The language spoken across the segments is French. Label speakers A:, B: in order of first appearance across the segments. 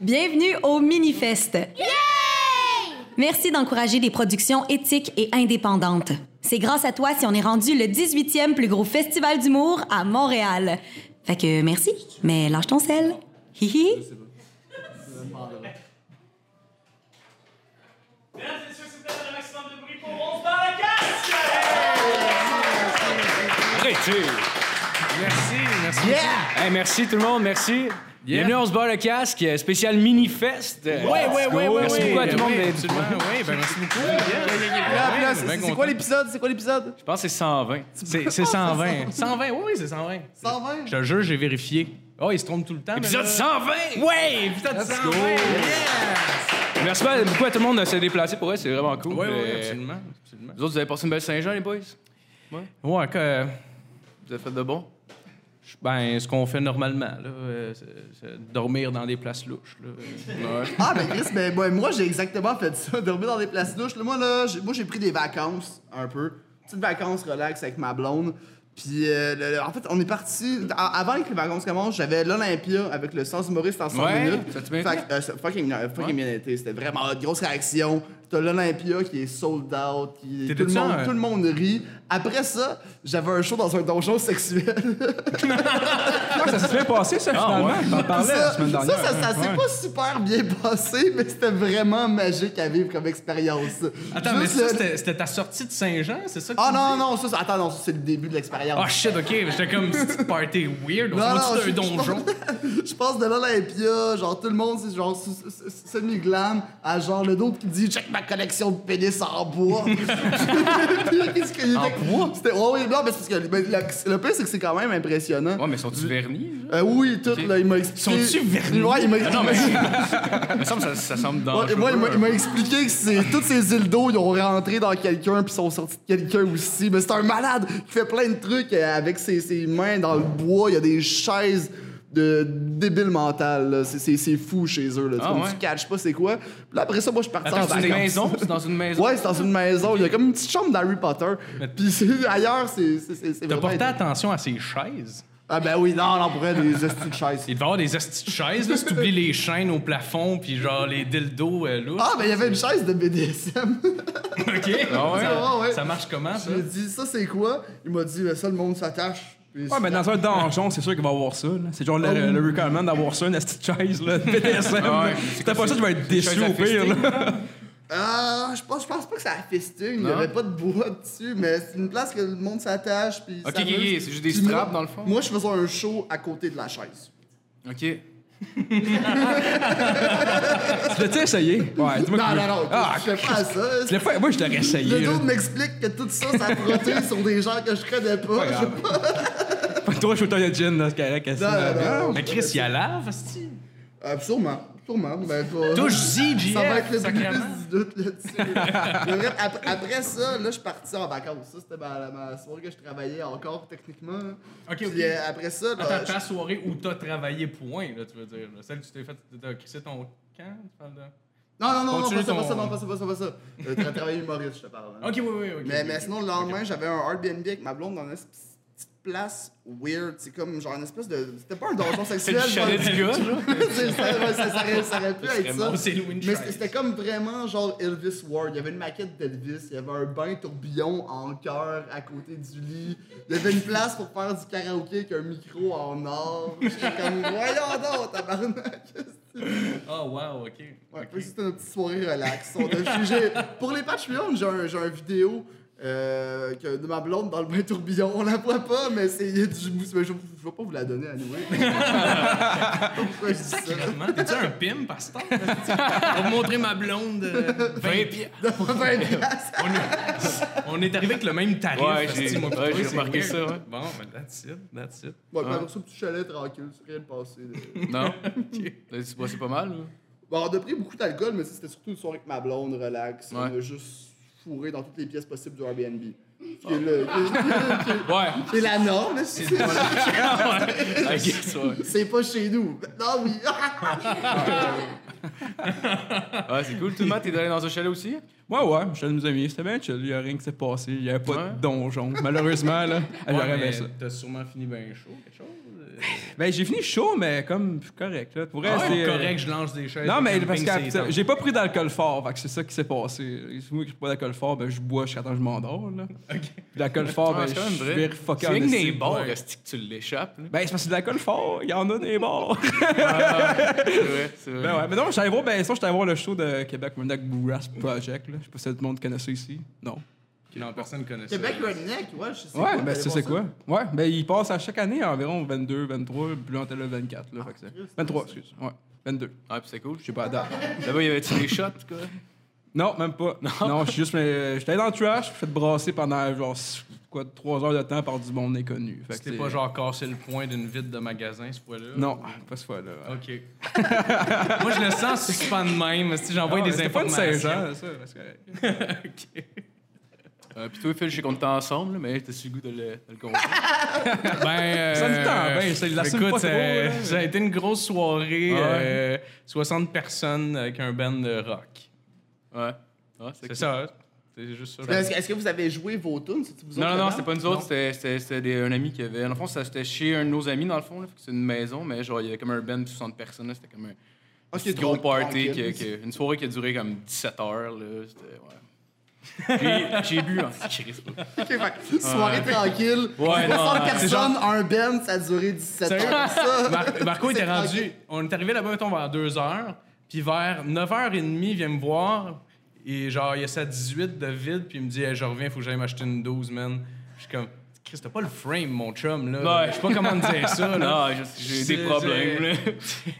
A: Bienvenue au Minifest! Merci d'encourager des productions éthiques et indépendantes. C'est grâce à toi si on est rendu le 18e plus gros festival d'humour à Montréal. Fait que merci, mais lâche ton sel. Hihi!
B: Mesdames et messieurs, s'il vous plaît, un maximum de bruit pour On se bat la casse!
C: Merci, merci. Hey, merci tout le monde, merci. Bienvenue, on se barre le casque, euh, spécial mini-fest. Ouais,
D: ouais, ouais, ouais,
C: Merci
D: ouais.
C: beaucoup à tout le monde.
D: Oui,
C: d'être-
D: absolument, oui, ben merci beaucoup.
E: Ah, puis là,
D: ben
E: c'est- c'est
D: content.
E: quoi l'épisode? C'est quoi l'épisode?
C: Je pense que c'est 120.
D: C'est c'est 120. 120, oui, oui, c'est 120.
E: 120?
D: Je te jure, j'ai vérifié. Oh, il se trompe tout le temps. mais
C: Épisode
D: là-
C: 120!
D: Ouais, épisode 120.
C: Merci beaucoup à tout le monde de se déplacer pour eux, c'est vraiment cool.
D: Oui, oui,
C: Euh,
D: absolument, absolument.
C: Vous autres, vous avez passé une belle Saint-Jean, les boys?
D: Ouais, que, euh,
C: Vous avez fait de bon?
D: ben, ce qu'on fait normalement, là, euh, c'est- c'est dormir dans des places louches. Là.
E: Ah, ben Chris, ben, ouais, moi, j'ai exactement fait ça. Dormir dans des places douches. Moi, là, j'ai- moi, j'ai pris des vacances, un peu. Petite vacances relax avec ma blonde. Puis, euh, le- le- en fait, on est parti. a- Avant que les vacances commencent, j'avais l'Olympia avec le sens humoriste en 100
C: Ouais,
E: minutes.
C: ça a-tu bien
E: que, euh, ça a fucking, euh, fucking bien été. C'était vraiment hot, grosse réaction. T'as l'Olympia qui est sold out. Qui, tout,
D: T'étais-tu
E: le monde,
D: en-
C: hein?
E: tout le monde rit. Après ça, j'avais un show dans un donjon sexuel.
F: Ça se fait passer, ça,
C: Ah,
F: finalement. T'en parlais la
E: ça,
F: semaine
E: ça,
F: dernière. hein.
E: ça, ça s'est pas super bien passé, mais c'était vraiment magique à vivre comme expérience.
D: Attends, mais
E: Juste
D: ça,
E: le-
D: c'était- c'était ta sortie de Saint-Jean, c'est ça? que
E: Ah
D: tu
E: non,
D: dis?
E: non, ça, c'est- attends, non, ça, c'est le début de l'expérience.
D: Ah shit, ok, j'étais comme petite party weird, on
E: non,
D: se va
E: je-
D: un
E: je
D: donjon.
E: pense- Je pense de l'Olympia, genre tout le monde, c'est genre s- s- s- semi-glam, à genre le d'autre qui dit check ma collection de pénis en bois. Qu'est-ce qu'il était- C'était. Ouais, oui, non, mais c'est parce que ben, la- le pire, c'est que c'est quand même impressionnant.
C: Ouais, mais sont-ils vernis?
E: Euh, oui, tout, là, il m'a expliqué.
D: Sont-tu vernis?
E: Ouais, il m'a
C: Ah non, mais Il me semble que ça, ça semble
E: Ouais,
C: dangereux.
E: et moi, il m'a-
C: euh,
E: il m'a expliqué que c'est toutes ces îles d'eau, ils ont rentré dans quelqu'un puis sont sortis de quelqu'un aussi. Mais c'est un malade qui fait plein de trucs euh, avec ses, ses mains dans le bois. Il y a des chaises de débile mental. là. C'est- C'est c'est fou chez eux. Là.
C: Ah,
E: tu, comme,
C: ouais.
E: tu catches pas c'est quoi. Puis là, après ça, moi, je suis parti en
C: Attends, c'est une
E: vacances.
C: maison? C'est dans une maison?
E: Ouais, c'est dans une maison. Il y a comme une petite chambre d'Harry Potter. Puis c'est- ailleurs, c'est c'est- c'est- c'est
D: T'as
E: vraiment...
D: porté attention à ces chaises?
E: Ah ben oui, non, non, pour vrai, des hosties de chaises.
D: Il devait y avoir des hosties de chaises, là, si t'oublies les chaînes au plafond, puis genre les dildos, euh, là.
E: Ah, ben il y avait une chaise de BDSM.
D: OK.
E: Ah ouais.
D: Ça marche comment, ça?
E: Je lui ai dit, ça c'est quoi? Il m'a dit, ça le monde s'attache. Puis
F: Ouais, mais dans un donjon, c'est sûr qu'il va avoir ça. là. C'est
D: Ah
F: genre le, le recommand d'avoir ça, une petite chaise, là, de BDSM. là. Si t'as pas ça, tu vas être déçu
C: chaise à
F: au pire, là.
E: Ah, je pense, je pense pas que ça a fisting. Il n'y avait pas de bois dessus, mais c'est une place que le monde s'attache. Puis
C: Ok,
E: s'amuse.
C: ok, ok, c'est juste des
E: Puis moi-
C: straps, dans le fond.
E: Moi, je faisais un show à côté de la chaise.
C: Ok.
F: Tu l'as-tu essayé? Ouais, dis-moi
E: Non,
F: que-
E: non, non,
F: Ah,
E: je fais pas
F: tu
E: ça.
F: l'as fait? Moi, je l'aurais
E: Le
F: essayé. là.
E: dos m'explique que tout ça, ça a frotté sur des gens que je connais pas.
F: Pas grave. Pas Toi, je suis autant de gin, là, c'est correct. Ah! assis,
E: Non,
F: là.
E: non, non.
D: Mais Chris, il y a lave, hostie.
E: Euh, sûrement, sûrement. Ben, pas-
D: Touche-y,
E: Ça va
D: JF,
E: être le
D: sacrément.
E: plus du doute là-dessus. Mais bref, ap- après ça, là, je suis parti en vacances. Ça, c'était ma, ma soirée que je travaillais encore, techniquement. là.
D: Ok,
E: Puis
D: ok.
E: euh, après ça, là,
D: Attends,
E: je-
D: ta soirée où t'as travaillé, point, là, tu veux dire. là. Celle que tu t'es faite, t'as crissé ton camp, tu parles de...
E: Non, non, non, non,
D: Continue
E: pas ça, pas ça,
D: ton-
E: non, pas ça, pas ça, pas ça. Euh, tra- travailler humoriste, je te parle. hein.
D: OK, oui, oui, OK.
E: mais,
D: ok,
E: mais
D: ok.
E: sinon, le lendemain, j'avais un Airbnb avec ma blonde dans une esp- petite place weird. C'est comme genre une espèce de. C'était pas un donjon sexuel.
C: le chalet
E: genre-
C: du gars,
E: C'est- ça, ça, ça aurait- ça aurait pu être ça.
D: Vraiment, c'est Louis
E: Mais
D: Trice.
E: c'était- c'était comme vraiment genre Elvis Ward. Il y avait une maquette d'Elvis, il y avait un bain tourbillon en cœur à côté du lit. Il y avait une place pour faire du karaoké avec un micro en or. J'étais comme, voyons donc, tabarnak.
D: Ah, wow, OK.
E: Ouais,
D: ok.
E: fait que c'était notre petite soirée relax. On a- j'ai- j'ai- pour les Patreons, j'ai un, j'ai un vidéo euh, que- de ma blonde dans le bain tourbillon. On la voit pas, mais c'est il y a du mousse. Mais Je, je vais pas vous la donner à nous. Pourquoi je dis ça?
D: Sacrément, t'es-tu un pim, pasteur? Pour montrer ma blonde... euh, 20 pieds. On est, on est arrivé avec le même tarif.
C: Ouais,
D: hostie,
C: j'ai-
D: moi,
C: ouais,
D: c'est
C: j'ai remarqué
D: weird.
C: ça, ouais.
D: Bon, ben, that's it, that's it.
E: Bon, puis après ça, petit chalet tranquille, c'est rien de passé. là.
C: Non?
G: Ben,
C: C'est passé pas mal, là?
E: Bon, on a pris beaucoup d'alcool, mais c'était surtout une soirée avec ma blonde, relax.
C: Ouais.
E: On a juste fourré dans toutes les pièces possibles du Airbnb.
G: Ah.
E: Qui est, le- qui est-
C: Ouais.
E: qui est la norme, là, c'est
C: Ok, ça, ouais.
E: c'est pas chez nous. Non, oui.
C: Ouais, c'est cool. Tout le monde, t'es allé dans un chalet aussi?
F: Ouais, ouais, je suis allé nous amis. C'était bien chill. Il y a rien qui s'est passé. Il y avait pas
C: Ouais.
F: de donjon. Malheureusement, là. Ah,
D: Ouais,
F: J'aurais
D: mais
F: aimé ça.
D: T'as sûrement fini bien chaud, quelque chose?
F: Ben, j'ai fini chaud, mais comme correct. Là. Pour vrai,
D: Ah,
F: c'était-
D: c'est correct, je lance des chaises.
F: euh, Non,
D: au
F: mais parce
D: camping,
F: que
D: c'est
F: euh, j'ai pas pris d'alcool fort, fait que c'est ça qui s'est passé. Si moi, je bois d'alcool fort, ben, je bois jusqu'à temps que je m'endors. là. Puis L'alcool fort,
G: Ouais,
F: ben,
G: Ah, c'est quand même
F: je
G: vrai.
F: vais refucker
G: C'est rien que
F: esti.
G: des bars,
F: Ouais.
G: est-ce que tu l'échappes. là?
F: Ben, c'est parce que c'est de l'alcool fort, il y en a des bars.
G: C'est vrai, c'est vrai.
F: ben ouais, mais non, j'allais voir, ben, ça, j'étais allé voir le show de Québec Redneck Bluegrass Project. Là. Je sais pas si tout le monde connaît ça ici. Non.
D: Non, personne connaît ça.
E: Québec Redneck, ouais, je sais
F: Ouais,
E: quoi,
F: ben,
E: allez
F: c'est
E: voir
F: c'est
E: ça.
F: quoi? Ouais, ben, il passe à chaque année à environ 22, 23, puis là, on était là 24. Là, fait que c'est- 23, excuse. Ouais, 22.
G: Ouais, puis c'est cool.
F: Je sais pas, à date.
G: Là-bas, il y avait-tu des shots, quoi?
F: Non, même pas. Non, je suis juste. mais, euh, J'étais allé dans le trash, je me suis fait brasser pendant genre six- quoi, trois heures de temps par du monde inconnu. Fait que
D: C'était
F: c'est-
D: pas genre casser le point d'une vide de magasin, ce fois-là.
F: Non, pas ce fois-là. Ah, ouais.
D: OK. Moi, je le sens suspend de même. Si j'envoie
F: Ah, mais
D: des
F: c'était pas une
D: informations.
F: Saint-Jean, ça. parce que-
G: Euh, puis toi, Phil, je sais qu'on était ensemble, là, mais t'as-tu le goût de le, de le convaincre?
D: Ben, euh,
F: Ça me tend bien, ça, il l'assume
D: écoute,
F: pas trop,
D: euh,
F: là. Ah
D: ça a été une grosse soirée.
F: Ouais.
D: euh, 60 personnes avec un band de rock.
G: Ouais. Ouais, c'est
D: C'est
G: cool.
D: ça. hein? C'est juste ça.
E: Mais Est-ce que- est-ce que vous avez joué vos tunes? C'est-tu vous
G: Non,
E: autres
G: non, non,
E: dedans?
G: c'était pas nous autres, c'était- c'était c'était des- un ami qui avait. Dans le fond, ça, c'était chez un de nos amis, dans le fond, là, fait que c'est une maison, mais genre, il y avait comme un band de 60 personnes, là, c'était comme un
E: Ah,
G: petit
E: c'est
G: gros
E: drôle,
G: party,
E: tranquille.
G: qui- qui- une soirée qui a duré comme 17 heures, là, c'était. Ouais. Puis, j'ai bu hein. en crise.
E: Ok, fait que Soirée tranquille.
G: Ouais, non,
E: 60
G: ouais,
E: personnes,
D: c'est genre-
E: un band, ça a duré 17 heures. Ça,
D: Mar- Marco était
E: C'est
D: rendu.
E: tranquille.
D: On est arrivé là-bas, mettons, vers 2 h. Puis vers 9h30, il vient me voir. Et genre, il y a sa 18 de vide. Puis il me dit, Hey, je reviens, faut que j'aille m'acheter une 12, man. Je suis comme, Chris, t'as pas le frame, mon chum, là.
G: Ouais.
D: Je sais pas comment te dire ça, là.
G: Non, je- j'ai
D: C'est-
G: des problèmes, là.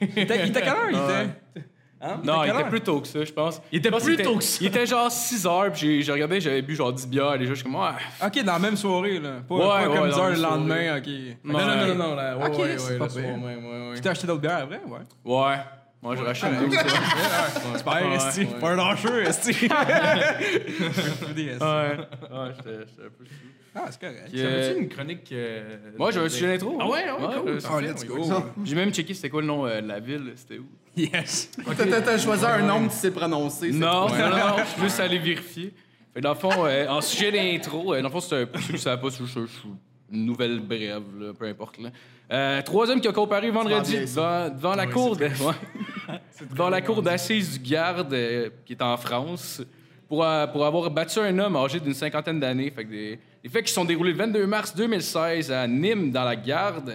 F: Il était il était quelle heure? Il
G: Ouais.
F: était. Hein?
G: Non, il
F: quelle
G: était
F: heure?
G: plus tôt que ça, je pense.
D: Il était
G: Je pense
D: plus
G: qu'il
D: tôt que ça.
G: Il était genre 6 heures, puis j'ai- j'ai regardé, j'avais bu genre 10 bières, déjà, je suis comme, ah,
F: Ok, dans la même soirée, là. Pas,
G: Ouais,
F: pas
G: ouais,
F: comme
G: dans
F: 10 heures
G: la
F: le
G: même
F: lendemain, ok.
G: Ouais.
D: Non, non, non, non, là. Ah Ouais,
F: Ok,
D: ouais,
F: c'est
D: ouais,
F: pas
D: le soir
F: pire.
D: même, ouais, ouais.
F: Tu t'es acheté d'autres bières après? Ouais.
G: ouais, moi, je rachète
D: Ah,
G: hein, une douce, ça.
F: Super,
G: esti.
F: Pas un lâcheur, Esti.
G: Ouais, ouais, j'étais j'étais un peu sous.
F: Ah, c'est correct.
G: Puis, euh,
D: T'avais-tu une chronique. euh,
G: Ouais, j'avais un
D: des-
G: sujet d'intro.
D: Ah ouais, ouais, cool.
G: euh,
F: Ah, let's go.
G: J'ai même checké c'était quoi le nom euh, de la ville, c'était où.
F: Yes.
E: T'as- t'as- T'as choisi un nom que tu sais prononcer. c'est-
G: Non, non, non, je suis juste allé vérifier. Fait que dans le fond, euh, en sujet d'intro, euh, dans le fond, c'est un- pour ceux qui ne savent pas, c'est juste un- c'est une nouvelle brève, là, peu importe. Là. Euh, trois hommes qui ont comparé vendredi
E: bien,
G: devant, devant la cour de- ouais. devant la cour d'assises du garde euh, qui est en France pour, euh, pour avoir battu un homme âgé d'une cinquantaine d'années. Fait que des, des faits qui se sont déroulés le 22 mars 2016 à Nîmes, dans la garde.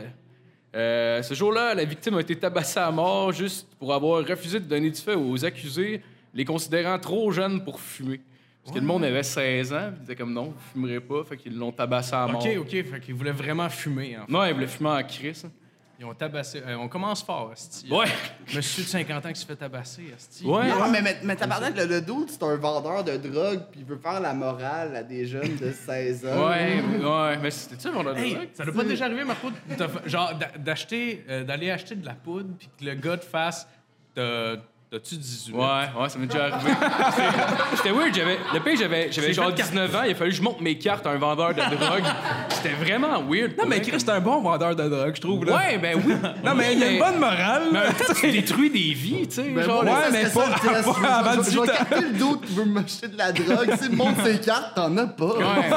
G: Euh, ce jour-là, la victime a été tabassée à mort juste pour avoir refusé de donner du feu aux accusés, les considérant trop jeunes pour fumer. Parce que le monde avait 16 ans, puis ils disaient comme non, vous fumerez pas, fait qu'ils l'ont tabassé à mort.
D: Ok, ok, fait qu'ils voulaient vraiment fumer, en fait.
G: Non, ils voulaient fumer en crise. hein.
D: Ils ont tabassé. euh, on commence fort, Asti.
G: Ouais!
D: Monsieur de 50 ans qui se fait tabasser, Asti.
G: Ouais!
E: Non, Ah, mais, mais, mais t'as parlé que le, le dude, c'est un vendeur de drogue, puis il veut faire la morale à des jeunes de 16 ans.
G: Ouais, ouais, mais c'était ça, mon
D: Hey, ça n'a pas déjà arrivé, Marco, de te fa- genre d'a- d'acheter, euh, d'aller acheter de la poudre, puis que le gars te fasse. euh, t'as- T'as-tu 18?
G: Ouais, ouais, ça m'est déjà arrivé. C'était- C'était weird, j'avais. Le pire, j'avais, j'avais genre 19 ans, il a fallu que je monte mes cartes à un vendeur de drogue. C'était vraiment weird.
F: Non, mais Chris, c'est un bon vendeur de drogue, je trouve. là.
G: Ouais, ben oui. euh,
F: Non, mais il y a une bonne morale. là.
G: Tu détruis des vies, tu sais.
D: Ben
G: genre,
E: Bon,
F: Ouais,
E: ça,
F: mais
E: c'est ça,
F: pas-
E: le test.
F: pas
E: Je vais-
F: avant
E: je vais- Je
F: 18
E: vais
F: ans.
E: capter le dude qui veut m'acheter de la drogue. Tu sais, montre ses cartes, t'en as pas.
G: Ouais.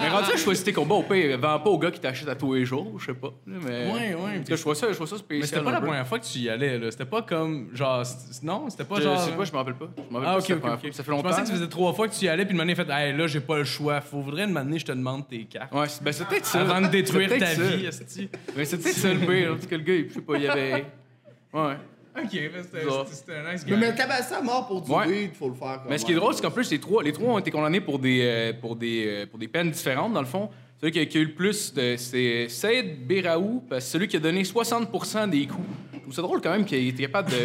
G: mais rendu là, je choisis tes combats au pire. Vends pas au gars qui t'achète à tous les jours, je sais pas. là, Mais...
D: Ouais, ouais,
G: En tout
D: mais-
G: cas, je vois ça, je vois ça spécial.
D: Mais c'était pas
G: un
D: la
G: peu.
D: première fois que tu y allais, là. C'était pas comme. Genre. c'est- Non, c'était pas
G: Je
D: genre.
G: sais pas, je m'en rappelle pas. Je m'en rappelle pas
D: Ah, ok,
G: si c'était
D: ok.
G: la première
D: ok.
G: fois. Ça fait
D: Je
G: longtemps.
D: pensais que ça faisait trois fois que tu y allais, puis le manier fait, hey, là, j'ai pas le choix. Faudrait une manier, je te demande tes cartes.
G: Ouais, c'est- ben c'est peut-être ça.
D: Avant de détruire
G: C'est
D: ta
G: peut-être ça.
D: vie, Asti.
G: Mais c'est peut-être ça le pire. Parce que le gars, il- je sais pas, il y avait. Ouais.
D: Ok, mais c'était
G: Bizarre.
D: c'était un nice
E: Mais,
D: gars.
E: mais tabasser à mort pour du
G: Ouais.
E: weed, faut le faire. quand
G: Mais ce qui est
E: même.
G: drôle, c'est qu'en plus, les trois, les trois ont été condamnés pour des, euh, pour des, euh, pour des peines différentes, dans le fond. Celui qui a, qui a eu le plus, de- c'est Saïd Beraou, parce que celui qui a donné 60 des coups. Je trouve ça drôle quand même qu'il était capable de.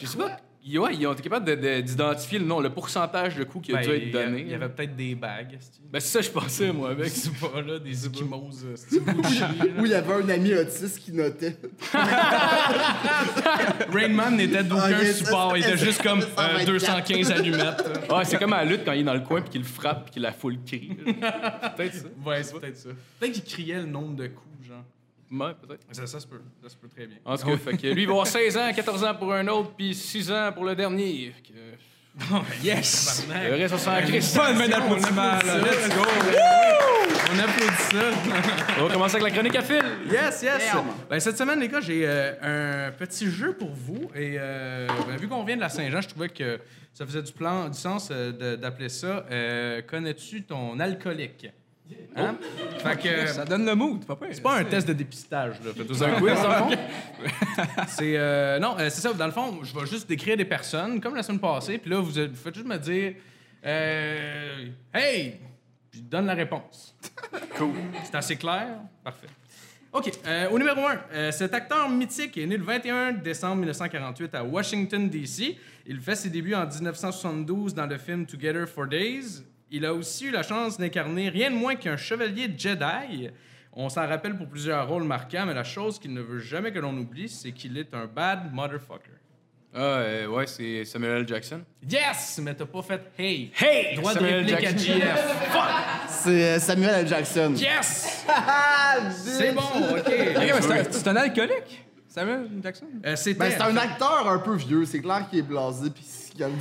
G: je sais pas. il- Ouais, ils ont été capables de- de- d'identifier le nom, le pourcentage de coups qui a
D: Ben,
G: dû être
D: il y a-
G: donné.
D: Il y avait peut-être des bagues, Asti.
G: Ben, c'est ça, je pensais, moi, avec.
D: C'est pas là, des Eskimos, euh, c'est du Gucci, là.
E: Ou il y avait un ami autiste qui notait.
D: Rain Man n'était d'aucun
E: Ah, il est-
D: support, il était juste comme euh,
E: 124.
D: 215 allumettes.
G: Ouais, c'est comme à la lutte quand il est dans le coin puis qu'il le frappe puis qu'il la foule crie.
D: peut-être ça. Ouais, c'est peut-être ça. Peut-être qu'il criait le nombre de coups, genre.
G: Ouais, peut-être.
D: Ça, ça se peut, ça se peut très bien.
G: En tout cas, fait que lui, il va avoir 16 ans, 14 ans pour un autre, puis 6 ans pour le dernier. Fait que-
F: Yes.
D: Oh,
G: Le reste, on s'en crisse.
F: Bonne main d'applaudissement, là. Let's go.
D: On applaudit ça.
G: On va commencer avec la chronique à fil.
D: Yes, yes.
E: Damn.
D: Ben, cette semaine, les gars, j'ai euh, un petit jeu pour vous. Et euh, ben, vu qu'on vient de la Saint-Jean, je trouvais que ça faisait du, plan, du sens euh, de- d'appeler ça euh, Connais-tu ton alcoolique Hein? Fait que, euh,
F: Ça donne le mood, pas pire.
D: c'est pas un test de dépistage, là. Faites-vous un quiz, dans le fond. c'est. euh, non, euh, c'est ça. Dans le fond, je vais juste décrire des personnes, comme la semaine passée, puis là, vous, êtes- vous faites juste me dire. euh, hey! Puis je donne la réponse. Cool. C'est assez clair? Parfait. OK. euh, au numéro 1, cet acteur mythique est né le 21 décembre 1948 à Washington, D.C. Il fait ses débuts en 1972 dans le film Together for Days. Il a aussi eu la chance d'incarner rien de moins qu'un chevalier Jedi. On s'en rappelle pour plusieurs rôles marquants, mais la chose qu'il ne veut jamais que l'on oublie, c'est qu'il est un bad motherfucker.
G: Ah, euh, ouais, c'est Samuel L. Jackson.
D: Yes! Mais t'as pas fait hey!
G: Hey!
D: Droit de
G: Samuel
D: réplique à
G: Jackson.
D: GF.
E: C'est euh, Samuel L. Jackson.
D: Yes!
E: Ah,
D: C'est bon, OK.
F: Ok, mais c'est un- c'est un alcoolique, Samuel Jackson.
D: Euh, c'était-
E: Ben, c'est un acteur un peu vieux, c'est clair qu'il est blasé pis qu'il a le
G: Ouais.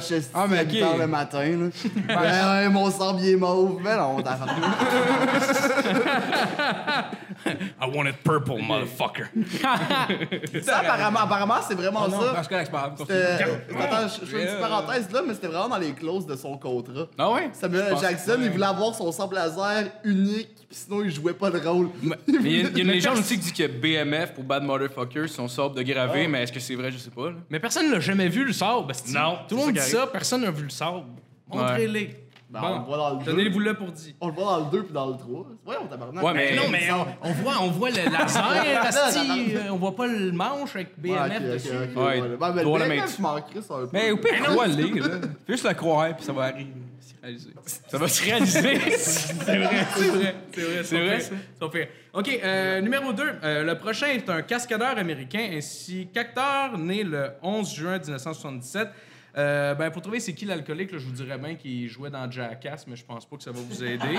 E: scotch est-ce
F: Ah,
E: à
F: mais
E: 8
F: ok.
E: heures le matin. Là. ben ouais, mon sang bien mauve. Ben non, t'as fait
D: I want it purple, motherfucker.
E: Ça, apparemment, apparemment c'est vraiment ça.
F: Parce que là, c'est pas grave, continue.
E: C'était- Attends, je je fais une petite
F: Euh,
E: parenthèse là, mais c'était vraiment dans les clauses de son contrat.
G: Ah ouais?
E: Samuel
G: Je
E: L.
G: pense-
E: Jackson, il voulait avoir son sang laser unique, pis sinon il jouait pas le rôle.
G: Mais il y a, il y a une légende aussi qui dit que BMF pour Bad Motherfucker, c'est son sort de gravé, mais est-ce que c'est vrai? Je sais pas. là.
D: Mais personne n'a jamais vu le sable. Non. Tout le monde dit
G: ça qui
D: ça, personne n'a vu le sable. Montrez-les.
E: Ben, on le voit dans le
D: donnez-vous-le pour dit.
E: On le voit dans le 2 pis dans le 3. Voyons, tabarnak.
G: Ouais, mais-
D: Non, Eh, mais on, on voit, on voit le laser, asti, euh, on voit pas le manche avec
E: Ouais,
D: BMF
E: Ah, ok, ok,
D: dessus.
E: ok,
G: Ouais,
E: voilà. Ben, mais
G: droit à
E: le
G: la
E: BMF,
G: main.
E: je m'en crisse un peu.
F: Mais Eh, au pire, faut aller, là. Fais juste le croire, puis ça va arriver. C'est réalisé.
G: Ça va se réaliser.
D: C'est vrai, c'est vrai, c'est vrai, c'est
G: vrai,
D: vrai.
G: ça?
D: c'est pas pire. OK, euh, numéro 2. le prochain est un cascadeur américain ainsi qu'acteur né le 11 juin 1977. Euh, ben, pour trouver c'est qui l'alcoolique, là, je vous dirais bien qu'il jouait dans Jackass, mais je pense pas que ça va vous aider.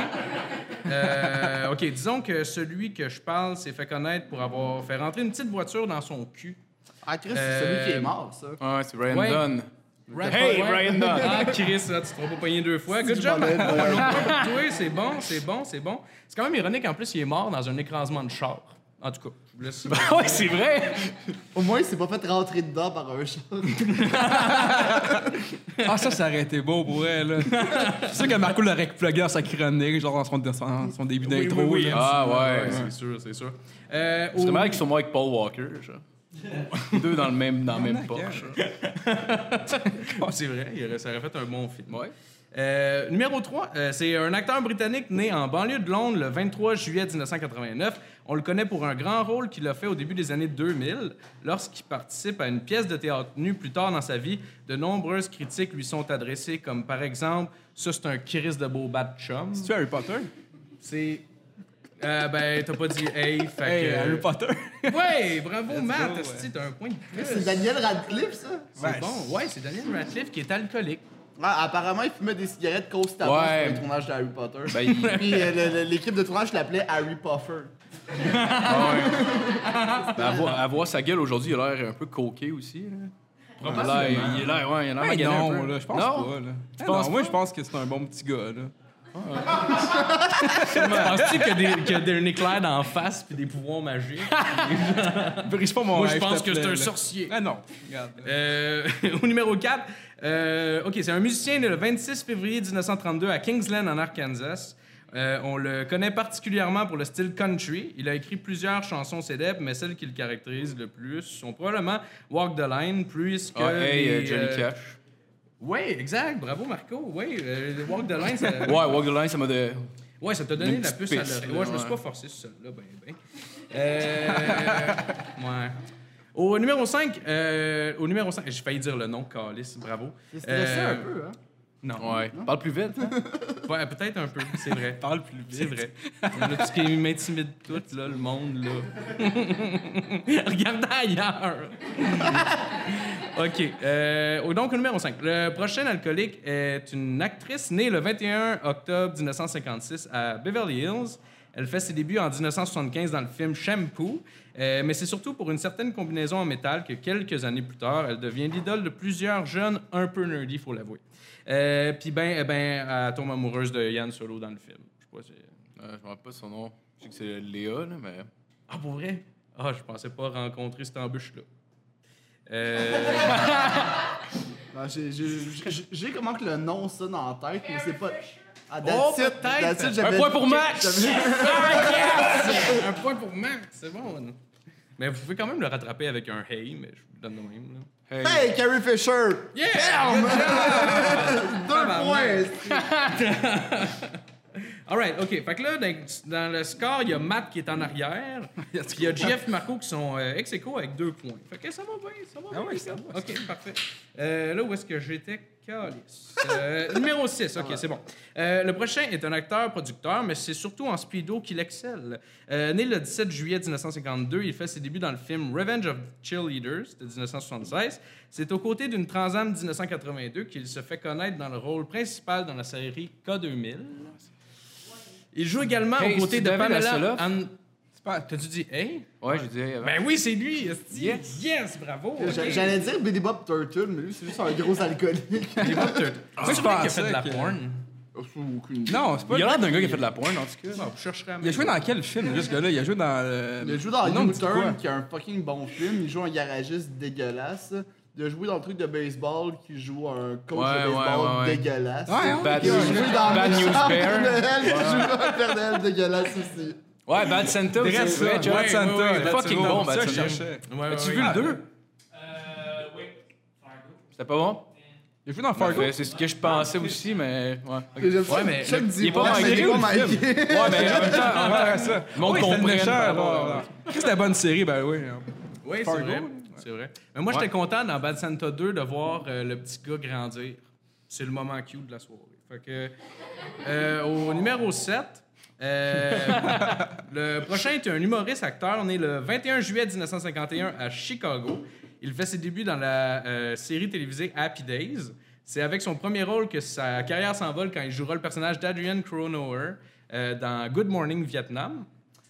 D: Euh, OK, disons que celui que je parle s'est fait connaître pour avoir fait rentrer une petite voiture dans son cul.
E: Ah, Chris, c'est celui qui est mort, ça.
G: Ah, c'est Ryan
D: Ouais.
G: Dunn.
D: Hey,
G: Ryan Dunn.
D: Ah, Chris, là, tu te feras pas pogner deux fois. Good
E: du
D: job.
E: bordel,
D: Marco.
E: bordel.
D: Applaudis-toi. Oui, c'est bon, c'est bon, c'est bon. C'est quand même ironique, en plus, il est mort dans un écrasement de char. En tout cas, je vous laisse.
G: Ah ouais, c'est vrai.
E: Au moins, il s'est pas fait rentrer dedans par un chat.
F: Ah, ça, ça aurait été beau pour elle, là. C'est sûr que Marco l'aurait plugué dans sa chronique, genre dans son, dans son- son début d'intro. là.
G: Ah ouais.
D: C'est sûr, c'est sûr. Euh,
G: C'est
D: au-
G: mal qu'ils sont morts avec Paul Walker. genre. Deux dans le même, dans le même poche.
D: Ah, c'est vrai, il aurait- ça aurait fait un bon film.
G: Ouais.
D: Euh, numéro 3, c'est un acteur britannique né en banlieue de Londres le 23 juillet 1989. On le connaît pour un grand rôle qu'il a fait au début des années 2000, lorsqu'il participe à une pièce de théâtre nue plus tard dans sa vie. De nombreuses critiques lui sont adressées, comme par exemple Ça, c'est un Chris de beau bat de chum.
F: Tu es Harry Potter?
D: C'est. Euh, ben, t'as pas dit hey, fait
F: Hey,
D: que.
F: Harry Potter.
D: Ouais, bravo, Matt.
F: go,
D: esti, T'as un point de plus.
E: C'est Daniel Radcliffe, ça?
D: C'est bon, ouais, c'est Daniel Radcliffe qui est alcoolique.
E: Ah, apparemment, il fumait des cigarettes constamment
G: Ouais.
E: sur le tournage de Harry Potter.
G: Ben, il-
E: Puis euh, le- le- l'équipe de tournage l'appelait Harry Puffer.
G: Ben, à, voir, à voir sa gueule aujourd'hui, il a l'air un peu coqué aussi. là. Là, il il a l'air, ouais, il a l'air
F: Ah,
G: magané un
F: non,
G: peu.
F: là, je pense
G: Non?
F: pas, là. Ah,
G: penses
F: non, moi,
G: pas?
F: je pense que c'est un bon petit gars, là.
D: Penses-tu qu'il y a des- qu'il y a des éclair d'en face puis des pouvoirs magiques?
F: Brise pas mon
D: Moi, je
F: rêve,
D: pense
F: Ah s'il te
D: que c'est
F: plaît,
D: un
F: là.
D: sorcier.
F: Ah non, regarde.
D: Euh, au numéro 4, OK, c'est un musicien né le 26 février 1932 à Kingsland, en Arkansas. Euh, on le connaît particulièrement pour le style country. Il a écrit plusieurs chansons célèbres, mais celles qui le caractérisent le plus sont probablement Walk the Line, plus que.
G: Ah, hey, euh,
D: les,
G: Johnny
D: euh,
G: Cash.
D: Ouais, exact. Bravo, Marco. Ouais, euh, Walk the Line, ça,
G: Ouais, Walk the Line, ça m'a de.
D: ouais, ça t'a donné
G: Une
D: la puce
G: petite
D: à
G: piste,
D: l'oreille. Ouais, je me suis
G: ouais.
D: pas forcé sur celle-là, ben, ben. Euh, ouais. Au numéro 5, au numéro 5, j'ai failli dire le nom, Calis, bravo.
E: C'est stressé
D: Euh,
E: un peu, hein?
D: Non.
G: Ouais. Parle plus vite. hein?
D: Ouais, peut-être un peu, c'est vrai.
F: Parle plus
D: C'est
F: vite.
D: vrai. Là, tout ce qui m'intimide tout, là, le monde, là. Regardez ailleurs. OK. euh, donc, au numéro 5. Le prochain alcoolique est une actrice née le 21 octobre 1956 à Beverly Hills. Elle fait ses débuts en 1975 dans le film Shampoo, euh, mais c'est surtout pour une certaine combinaison en métal que quelques années plus tard, elle devient l'idole de plusieurs jeunes un peu nerdy, faut l'avouer. Euh, Puis ben, eh ben, elle tombe amoureuse de Yann Solo dans le film. Je sais pas si...
G: Euh, je me rappelle pas son nom. Je sais que c'est Léa, là, mais.
D: Ah, pour vrai? Ah, je pensais pas rencontrer cette embûche-là. Euh,
E: Non, Ben, j'ai- j'ai- J'ai j'ai comment que le nom sonne en tête, mais c'est pas. Ah,
D: Oh,
E: that's it, that's it,
D: peut-être!
E: j'avais-
D: Un point pour Max!
E: j'avais-
D: un point pour Max, c'est bon. là. Mais vous pouvez quand même le rattraper avec un hey, mais je vous le donne de même. Là.
E: Hey, Carrie Fisher! Yeah! Deux points!
D: Alright, ok. Fait que là, dans, dans le score, il y a Matt qui est en arrière. puis il y a Jeff et Marco qui sont euh, ex aequo avec deux points. Fait que ça va bien, Ah ça va bien. les gars. ok, parfait. Euh, là où est-ce que j'étais? Calice. Euh, numéro 6, ok, c'est bon. Euh, le prochain est un acteur producteur, mais c'est surtout en speedo qu'il excelle. Euh, né le 17 juillet 1952, il fait ses débuts dans le film Revenge of the Cheerleaders de 1976. C'est aux côtés d'une Transam 1982 qu'il se fait connaître dans le rôle principal dans la série K2000. Il joue également
G: Hey,
D: aux côtés
G: c'est
D: de
G: David
D: Pamela.
G: Hasselhoff?
D: An- T'as-tu dit, hey?
G: Ouais, j'ai dit. hey, avant.
D: Ben oui, c'est lui, esti. Yes, bravo!
E: J'a- J'allais dire Billy Bob Turtle, mais lui, c'est juste un gros alcoolique.
D: Ah, C'est vrai qu'il a fait de la porn.
F: Non, c'est pas.
G: Il a l'air d'un gars qui a fait de la pointe, en tout cas.
D: Bon, je chercherai à
F: Il a joué dans quel film, juste gars-là? Il a joué dans. euh,
E: Il a joué dans
F: Non, dis quoi?
E: U-Turn, qui est un fucking bon film. Il joue un garagiste dégueulasse. Il a joué dans le truc de baseball, qui joue un coach
G: Ouais,
E: de
G: ouais,
E: baseball
G: ouais, ouais.
E: dégueulasse.
F: Ouais, ouais.
G: Bad
E: Ben, Il a joué
G: News-
E: dans
G: Bad News
E: Père
G: Bear.
E: Noël, qui joue un Père Noël dégueulasse aussi.
G: Ouais, Bad Santa,
F: Dresse
G: c'est vrai,
F: ça,
G: John.
F: Bad Santa,
G: ouais, ouais,
F: Bad
G: fucking
F: Santa.
G: bon,
F: C'est ça
G: Bad
F: que je
G: Santa.
F: cherchais.
G: As-tu vu le 2?
B: Euh, oui. Fargo.
G: C'était pas bon?
F: Il a joué dans Fargo.
G: Ouais, C'est ce que je pensais aussi, mais. Ouais, ok.
E: J'aime ça,
G: mais
E: Chuck
G: le-
E: dit,
G: il est pas
E: ouais, mais
G: malgré
E: il est
G: ou
E: pas
G: le film?
E: malgré.
G: Ouais, mais en même temps, en même temps,
F: Ouais, ça.
G: Monde
F: Oui,
G: qu'on
F: c'était le
G: prenne
F: méchant,
G: par
F: bon,
G: rapport-
F: bon. Chris, C'était la bonne série, ben oui.
D: Oui, c'est
F: Fargo,
D: vrai.
F: ouais.
D: C'est vrai. Mais moi, j'étais content dans Bad Santa 2 de voir euh, le petit gars grandir. C'est le moment cute de la soirée. Fait que, euh, au numéro 7, le prochain est un humoriste acteur. né le 21 juillet 1951 à Chicago. Il fait ses débuts dans la euh, série télévisée Happy Days. C'est avec son premier rôle que sa carrière s'envole quand il jouera le personnage d'Adrian Cronauer euh, dans Good Morning Vietnam.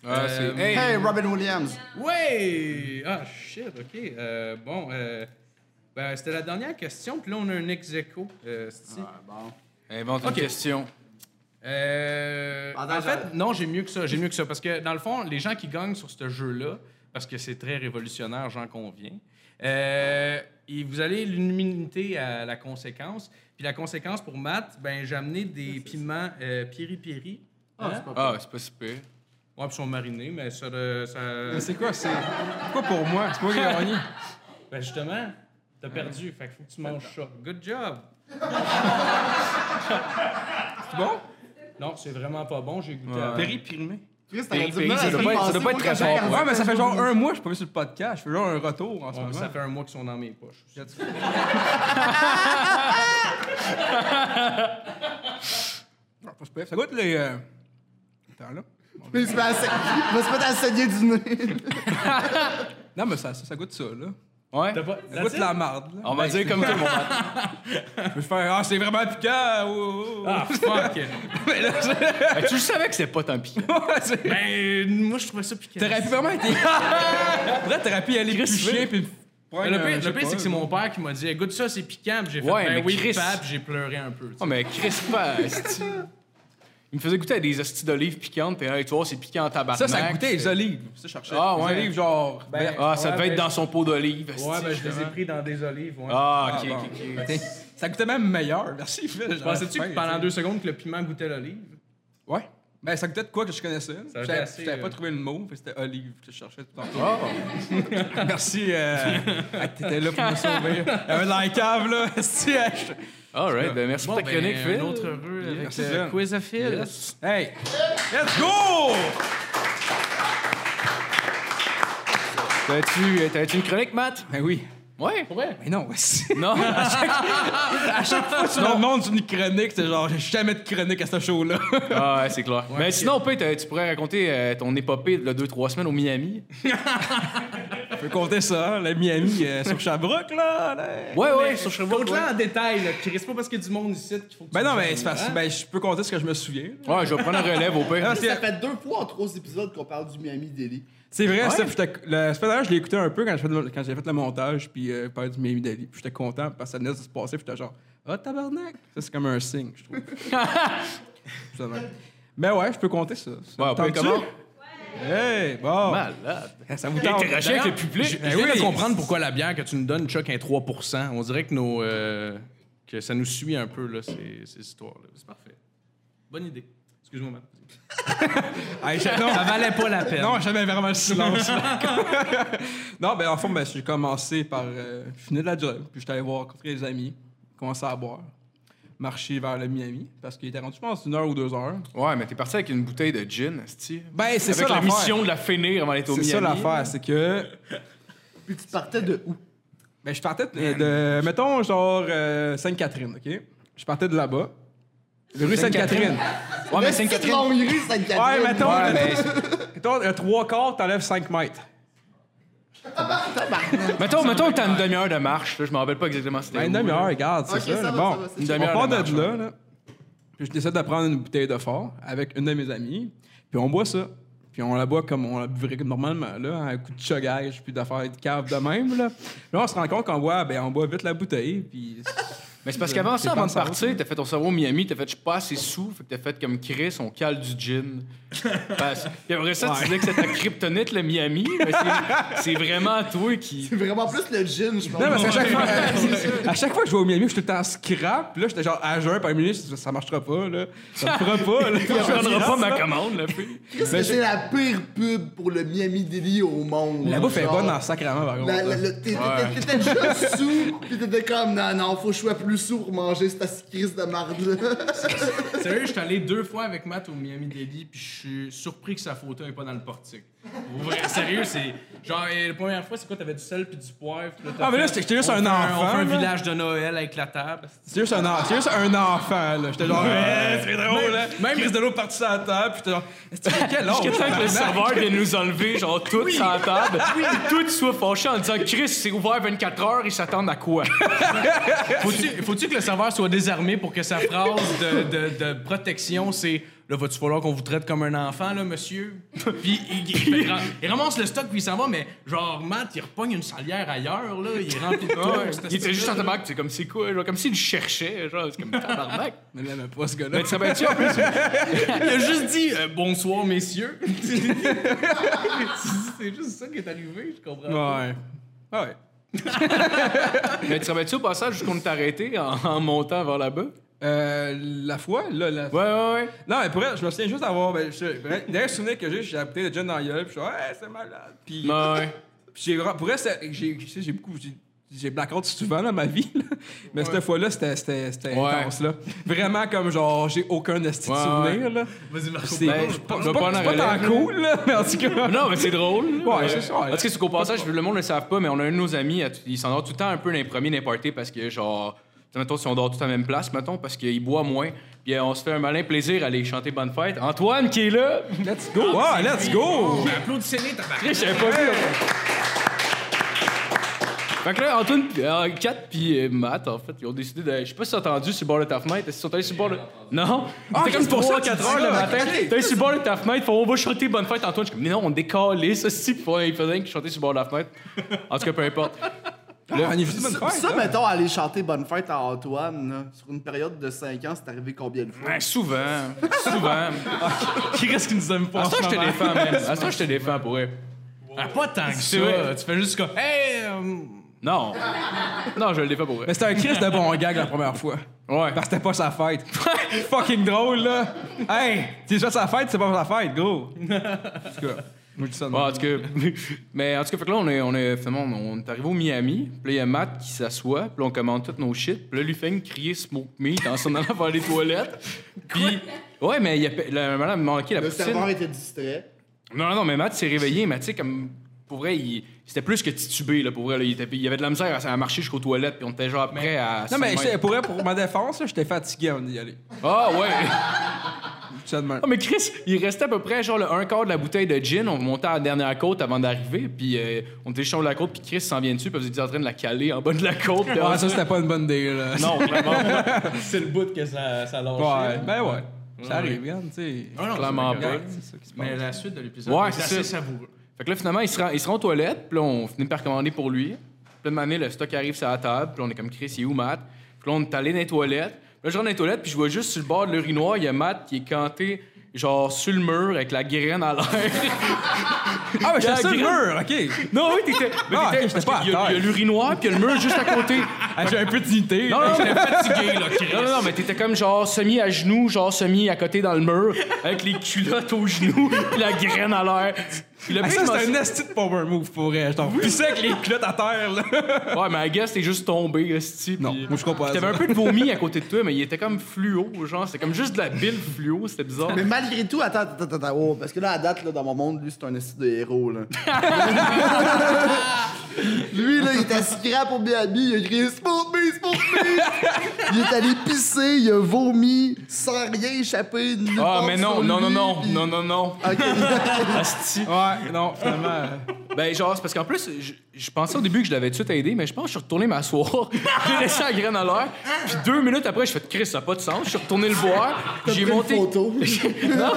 G: Ah, c'est-
D: Euh,
G: hey,
E: Hey, Robin Williams.
D: Ouais! Ah, shit, OK. Euh, bon, euh, ben, c'était la dernière question, puis là, on a un ex-écho. Euh, c'est-tu?
G: Invente Eh, une
D: Ok.
G: question.
D: Euh,
E: Ah, Attends,
D: en fait,
E: j'arrête.
D: non, j'ai mieux que ça. J'ai mieux que ça. Parce que, dans le fond, les gens qui gagnent sur ce jeu-là, parce que c'est très révolutionnaire, j'en conviens, euh, et vous allez l'humilité à la conséquence. Puis la conséquence pour Matt, ben, j'ai amené des piments euh, piri-piri.
E: Ah, c'est pas-
G: Ah, c'est pas si pire.
D: Ouais, puis ils sont marinés, mais ça. euh, ça-
F: Mais c'est quoi, c'est. Pourquoi pour moi? C'est moi qui ai gagné.
D: Ben justement,
E: Ah.
D: t'as perdu, fait qu'il faut que tu manges ça. Good job!
F: C'est bon?
D: Non, c'est vraiment pas bon, j'ai goûté avant.
F: Péripilmé.
E: Chris, t'aurais
G: pays,
E: dû venir
G: ça
E: la
G: doit
E: semaine
G: pas être- ça doit pas être
E: passée,
G: très
E: moi,
G: fort,
E: quand
F: Ouais, mais ça fait
E: j'avais-
F: genre un mois que je suis pas vu sur le podcast. Je fais genre un retour en ce
D: Ouais, mais
F: moment.
D: ça fait un mois qu'ils sont dans mes poches.
F: Ouais, Ah, pas si pire. Ça goûte les. euh, Attends là.
E: Mais il se met à sa- il va se mettre à saigner du nez.
F: Non, mais ça, ça, ça goûte ça, là.
G: Ouais?
D: T'as pas.
F: Ça goûte la marde, là.
G: On
D: Ben.
G: va dire comme tout le monde.
F: Je peux faire Ah, c'est vraiment piquant! oh, oh, oh.
D: Ah, fuck!
G: Hey, Ben, Tu le savais que c'était pas tant pis.
D: Ah.
F: Ouais, c'est-
D: ben, moi, je trouvais ça piquant.
F: T'aurais pu vraiment été. Après, t'aurais pu y aller plus chien, puis.
D: Mais Le pire, le pire, c'est que c'est mon père qui m'a dit Écoute ça, c'est piquant. Puis j'ai fait
G: Ouais, mais
D: Ben oui,
G: Chris-
D: pap, puis j'ai pleuré un peu. tu
G: Oh,
D: sais.
G: mais Chris pas, esti. Il me faisait goûter à des hosties d'olives piquantes, puis hey, tu vois, c'est piquant en tabac.
F: Ça, ça goûtait les olives. Ça, je cherchais.
G: Ah,
F: Les
G: ouais.
F: olives, genre. vertes.
G: Ah, ça devait
D: Ouais, euh. ben-
G: être dans son pot d'olive. esti,
D: Ouais, ben, je les ai
G: justement.
D: pris dans des olives. Ouais.
G: Ah, ok,
F: Ah,
G: ok, ok.
F: Tiens, Ça goûtait même meilleur. Merci, Phil.
D: Pensais-tu
F: J'aurais
D: que
F: faim,
D: pendant
F: tu
D: deux secondes que le piment goûtait l'olive
F: sais. Ouais. Ben, ça goûtait de quoi que je connaissais.
D: goûtait
F: J'avais
D: assez,
F: j'avais
D: euh, Oh.
F: pas trouvé le mot, fait que c'était olive que je cherchais tout le temps. Merci. Euh... ah, T'étais là pour me sauver. Il y avait de la cave, là. Si, euh, je-
G: Alright, ben merci pour ta chronique, Phil.
D: Un autre heureux avec euh,
F: Merci,
D: le
F: Phil.
D: quiz à Phil.
F: Hey, let's go!
G: T'as-tu euh, t'as-tu une chronique, Matt?
F: Ben oui.
G: Ouais. Ouais.
F: Mais non, si.
G: Non.
F: Tu me demandes une chronique, c'est genre, j'ai jamais de chronique à ce show-là.
G: Ah, ouais, c'est clair. Mais sinon, Pete, euh, tu pourrais raconter euh, ton épopée de 2-3 semaines au Miami.
F: Je peux compter ça, hein, la Miami euh, sur Sherbrooke, là. là.
G: Ouais, ouais, sur Sherbrooke.
D: Compte-la en détail, là, Chris. Pas parce qu'il y a du monde ici qu'il faut que tu
F: Ben non, mais
D: fasses
F: c'est parce-
D: ça,
F: ben, je peux compter ce que je me souviens. là.
G: Ouais, je vais prendre un relève au pire.
D: Ah,
F: Parce que-
E: Ça fait deux fois en trois épisodes qu'on parle du Miami Daily.
F: C'est vrai, ça. puis j'étais- La semaine dernière, je l'ai écouté un peu quand j'ai fait, le- quand j'ai fait le montage, puis euh, pas du Miami Dali. Puis j'étais content parce que ça venait de se passer, puis j'étais genre, ah tabarnak! Ça, c'est comme un signe, je trouve. Ça va. Mais ouais, je peux compter ça. ça
G: Ouais,
F: vous tente-tu?
G: on peut commencer.
F: Hey, bon.
G: Malade.
F: Ah, Ça vous tente.
G: Interagir avec le public.
D: Je
F: Ben
D: je viens de comprendre pourquoi la bière que tu nous donnes, Chuck, est 3 On dirait que nos. euh, que ça nous suit un peu, là, ces, ces histoires-là. C'est parfait. Bonne idée. Excuse-moi, Matt.
F: Hey, Ah, je- non,
D: Ça valait pas la peine.
F: non, j'avais vraiment le silence. non, ben en fond, ben, j'ai commencé par euh, finir la job, puis j'étais allé voir rencontrer des amis, commencer à boire, marcher vers le Miami, parce qu'il était rendu, je pense, une heure ou deux heures.
G: Ouais, mais t'es parti avec une bouteille de gin, esti.
F: Ben, c'est
G: Avec
F: ça
G: la
F: l'affaire.
G: mission de la finir avant d'être au
F: C'est
G: Miami.
F: ça l'affaire, c'est que
E: Puis tu partais de où?
F: Ben, je partais de, de- mettons, genre euh, Sainte-Catherine, OK? Je partais de là-bas. La rue Sainte-Catherine.
G: Ouais, mais
E: C'est
G: Sainte-Catherine.
E: longue rue, Sainte-Catherine.
F: Ouais, mettons,
G: Ouais,
F: mettons, mettons, euh, trois quarts, t'enlèves 5 mètres.
G: Mettons, mettons que t'as une demi-heure de marche. là, je me rappelle pas exactement c'était.
F: Ben, une
G: où,
F: demi-heure,
G: là.
F: regarde, c'est
E: Ok,
F: ça.
E: ça
F: là.
E: va,
F: bon,
E: ça va, c'est
F: on
G: chill.
F: part
G: Demi-heure de
F: de là, là. Puis je décide de prendre une bouteille de fort avec une de mes amies. Puis on boit ça. Puis on la boit comme on la buvrait normalement, là, à coup de chogage, puis d'affaires de cave de même, là. Là, on se rend compte qu'on boit, ben, on boit vite la bouteille, puis...
G: Mais c'est parce qu'avant
F: C'est
G: ça, avant de
F: pas ça.
G: partir, t'as fait ton cerveau au Miami, t'as fait je suis pas assez sous, fait que t'as fait comme Chris, on cale du gin. Parce- Puis après ça, tu disais que c'était ta kryptonite, le Miami, mais c'est- c'est vraiment toi qui.
E: C'est vraiment plus le gin, je pense.
F: Non, parce qu'à chaque fois, à chaque fois que je vais au Miami, je suis tout le temps en scrap. Puis là, j'étais genre à jeun, par minute, ça, ça marchera pas, là. Ça te fera pas, là.
G: Tu prendras pas ma commande, la fille.
E: Qu'est-ce que c'est la pire pub pour le Miami Deli au monde.
F: La bouffe est
E: genre.
F: bonne en sacrament, par contre.
E: La- la-
F: là.
E: le- t'es- T'étais t'étais déjà sous, pis t'étais comme, non, non, faut que je sois plus sous pour manger cette ass- crise de marde-là.
D: Sérieux, je suis allé deux fois avec Matt au Miami Deli, puis je suis surpris que sa photo n'est pas dans le portique. Pour vrai, sérieux, c'est. Genre, et la première fois, c'est quoi T'avais du sel puis du poivre. puis là, t'as
F: Ah, mais là,
D: fait-
F: c'était juste
D: on
F: un
D: fait
F: enfant,
D: On fait un
F: là.
D: village de Noël avec la table.
F: C'est juste, un en- c'est juste un enfant, là. J'étais genre, eh, c'est drôle, là. Même Chris de l'eau parti sur la table, puis j'étais genre, est-ce que quel
G: Jusqu'à
F: autre?
G: temps que le serveur vienne nous enlever, genre, tout sans table, et tout soit fâché en disant Chris, c'est ouvert 24 heures, ils s'attendent à quoi
D: Faut-tu faut-tu que le serveur soit désarmé pour que sa phrase de, de- de protection, c'est Là, va-tu falloir qu'on vous traite comme un enfant, là, monsieur Puis il, il- il ram- il ramasse le stock, puis il s'en va, mais genre, Matt, il repogne une salière ailleurs, là, il remplit de
G: Ouais,
D: tout.
G: Il était juste en tabac, c'est comme c'est quoi, genre, comme s'il cherchait, genre, c'est comme tabarnak.
F: Mais là, même pas ce gars-là.
G: Mais tu rappelles-tu en plus
D: Il a juste dit euh, Bonsoir, messieurs. c'est juste ça qui est arrivé, je comprends.
F: Ouais. Ah Ouais.
G: Mais tu rappelles-tu au passage jusqu'on t'a arrêté en, en montant vers là-bas?
F: Euh, la foi, là, la
G: Ouais, ouais, ouais.
F: Non, mais pour vrai, je me souviens juste d'avoir. Ben, je- le dernier souvenir que j'ai, j'ai la bouteille de John dans la gueule, puis je suis genre, hey, c'est malade. Puis,
G: Ouais, ouais.
F: Puis j'ai vra- pour vrai, c'est- j'ai tu sais, j'ai beaucoup j'ai- j'ai blackout souvent dans ma vie, là. mais cette fois-là, c'était c'était- c'était
G: Ouais.
F: intense là. Vraiment comme genre j'ai aucun esti de
G: Ouais,
F: souvenir là.
D: Vas-y, Marco.
F: C'est
G: Ben,
F: c'est pas,
G: je
F: c'est
G: vais
F: pas,
G: pas en
F: c'est pas tant
G: relève,
F: cool là, mais en tout cas.
G: Non, mais c'est drôle. là.
F: Ouais, c'est ça, ouais.
G: Parce que c'est qu'au passage, le monde ne le savent pas, mais on a un de nos amis, il s'endort tout le temps un peu dans les premiers, dans les parties, parce que genre, tu sais, mettons, si on dort tout à la même place, mettons, parce qu'il boit moins. Puis euh, on se fait un malin plaisir à aller chanter Bonne Fête. Antoine qui est là!
F: Let's go. Ah, let's go.
D: Applaudissez-les, tabac.
G: Chris, j'avais pas vu. Fait que là, Antoine, euh, Kat puis euh, Matt, en fait, ils ont décidé de. Je sais pas si t'as entendu sur le bord de ta fenêtre. Est-ce qu'ils sont allés sur le bord de. Non? C'était comme Ah, pour ça, 4 heures le matin. T'es allé sur le bord de ta fenêtre, faut on va chanter Bonne Fête, Antoine. Je suis comme, mais non, on décalait ça, si, faut il fallait que je chantais sur le bord de la fenêtre. En tout cas, peu importe. Ah,
F: On est juste une
E: Ça,
F: fête.
E: ça,
F: là.
E: mettons, aller chanter Bonne Fête à Antoine, là, sur une période de 5 ans, c'est arrivé combien de fois?
G: Ben, souvent. Souvent.
D: Qui reste qui nous aime pas
G: À ça, je te défends, man. À ça, je te défends pour vrai.
D: Pas tant que ça.
G: vrai.
D: Tu fais juste comme Hey, euh,
G: Non. Non, je le défends pour vrai.
F: Mais c'était un Chris de bon gag la première fois.
G: Ouais.
F: Parce que c'était pas sa fête. Fucking drôle là. Hey, c'est pas sa fête, c'est pas sa fête, go. En tout cas, moi je dis ça. de
G: Ouais,
F: même.
G: en tout cas, mais en tout cas, fait que là, on est, on est, finalement, on est arrivé au Miami. Puis là, il y a Matt qui s'assoit. Puis là, on commande toutes nos shit. Puis là, lui fait une crier smoke meat en s'en allant vers les toilettes. Puis, ouais, mais il y a, la madame manquait la
E: Le
G: poutine.
E: serveur était distrait.
G: Non, non, non, mais Matt s'est réveillé. Mais tu sais, comme, pour vrai, il, c'était plus que titubé, là, pour vrai. Là, il, était, il avait de la misère à, à marcher jusqu'aux toilettes. Puis on était genre prêt à.
F: Non mais
G: cinq
F: j'étais-
G: mètres.
F: pour, vrai, pour ma défense, là, j'étais fatigué avant d'y aller.
G: Ah, ouais.
F: Je dis ça de même.
G: Non, mais Chris, il restait à peu près genre le un quart de la bouteille de gin. On montait à la dernière côte avant d'arriver. Puis euh, on était sur la côte. Puis Chris s'en vient dessus. Puis vous étiez en train de la caler en bas de la côte. puis
F: Ouais, ça c'était pas une bonne idée là.
G: euh, Non, clairement,
D: c'est le bout que ça, ça lâche.
F: Ouais, ben ouais. Ça arrive, regarde, tu sais.
D: Ah non,
G: clairement
D: c'est
G: pas.
D: vrai.
F: C'est ça qui se passe.
D: Mais la suite de l'épisode
G: Ouais,
D: est
G: c'est
D: assez
G: ça.
D: savoureux.
G: Fait que là, finalement, il se rend, il se rend aux toilettes, puis là, on finit par commander pour lui. Puis là, de manière, le stock arrive sur la table, puis là, on est comme Chris, il est où, Matt? Puis là, on est allé dans les toilettes. Puis là, je rentre dans les toilettes, puis je vois juste sur le bord de l'urinoir, il y a Matt qui est canté genre sur le mur avec la graine à l'air.
F: Ah, mais
G: Gag
F: j'étais sur le
G: gris.
F: mur, OK.
G: non, oui, t'étais. mais
F: Ah,
G: t'étais-
F: ok, j'étais
G: parce
F: pas
G: qu'il y a-
F: à
G: Il y a
F: terre.
G: l'urinoir, puis il y a le mur juste à côté.
F: Ah, J'ai un peu d'unité.
G: Non, non,
D: J'étais fatigué, là, Chris.
G: non, non, non, mais t'étais comme genre semi à genoux, genre semi à côté dans le mur, avec les culottes aux genoux, puis la graine à l'air. Puis le
F: Ah,
G: pire,
F: ça,
G: je m'en
F: c'est un nasty de power move pour vrai. Je t'en pissais avec les culottes à terre, là.
G: sou- Ouais, mais I guess t'es juste tombé, esti.
F: Non,
G: puis-
F: moi, je crois pas à
G: Puis T'avais
F: ça.
G: un peu de vomi à côté de toi, mais il était comme fluo, genre. C'était comme juste de la bile fluo, c'était bizarre.
E: Mais malgré tout, attends, attends, attends, attends, oh, parce que là, à date, là, dans mon monde, lui, c'est un esti de héros, là. lui, là, il était scrap au BAB, il a crié « Smoke me, smoke me! » Il est allé pisser, il a vomi, sans rien échapper. nulle
G: Ah,
E: part
G: mais
E: sur
G: non, non, non,
E: lui,
G: non,
E: puis-
G: non, non, non.
E: Ok.
G: Asti.
F: Ouais, non, finalement. euh,
G: Ben, genre, c'est parce qu'en plus, je, je pensais au début que je l'avais tout de suite aidé, mais je pense que je suis retourné m'asseoir. J'ai laissé la graine à l'heure. Puis deux minutes après, je fais Chris, ça n'a pas de sens. Je suis retourné le voir. J'ai
E: pris une
G: monté.
E: photo.
G: non,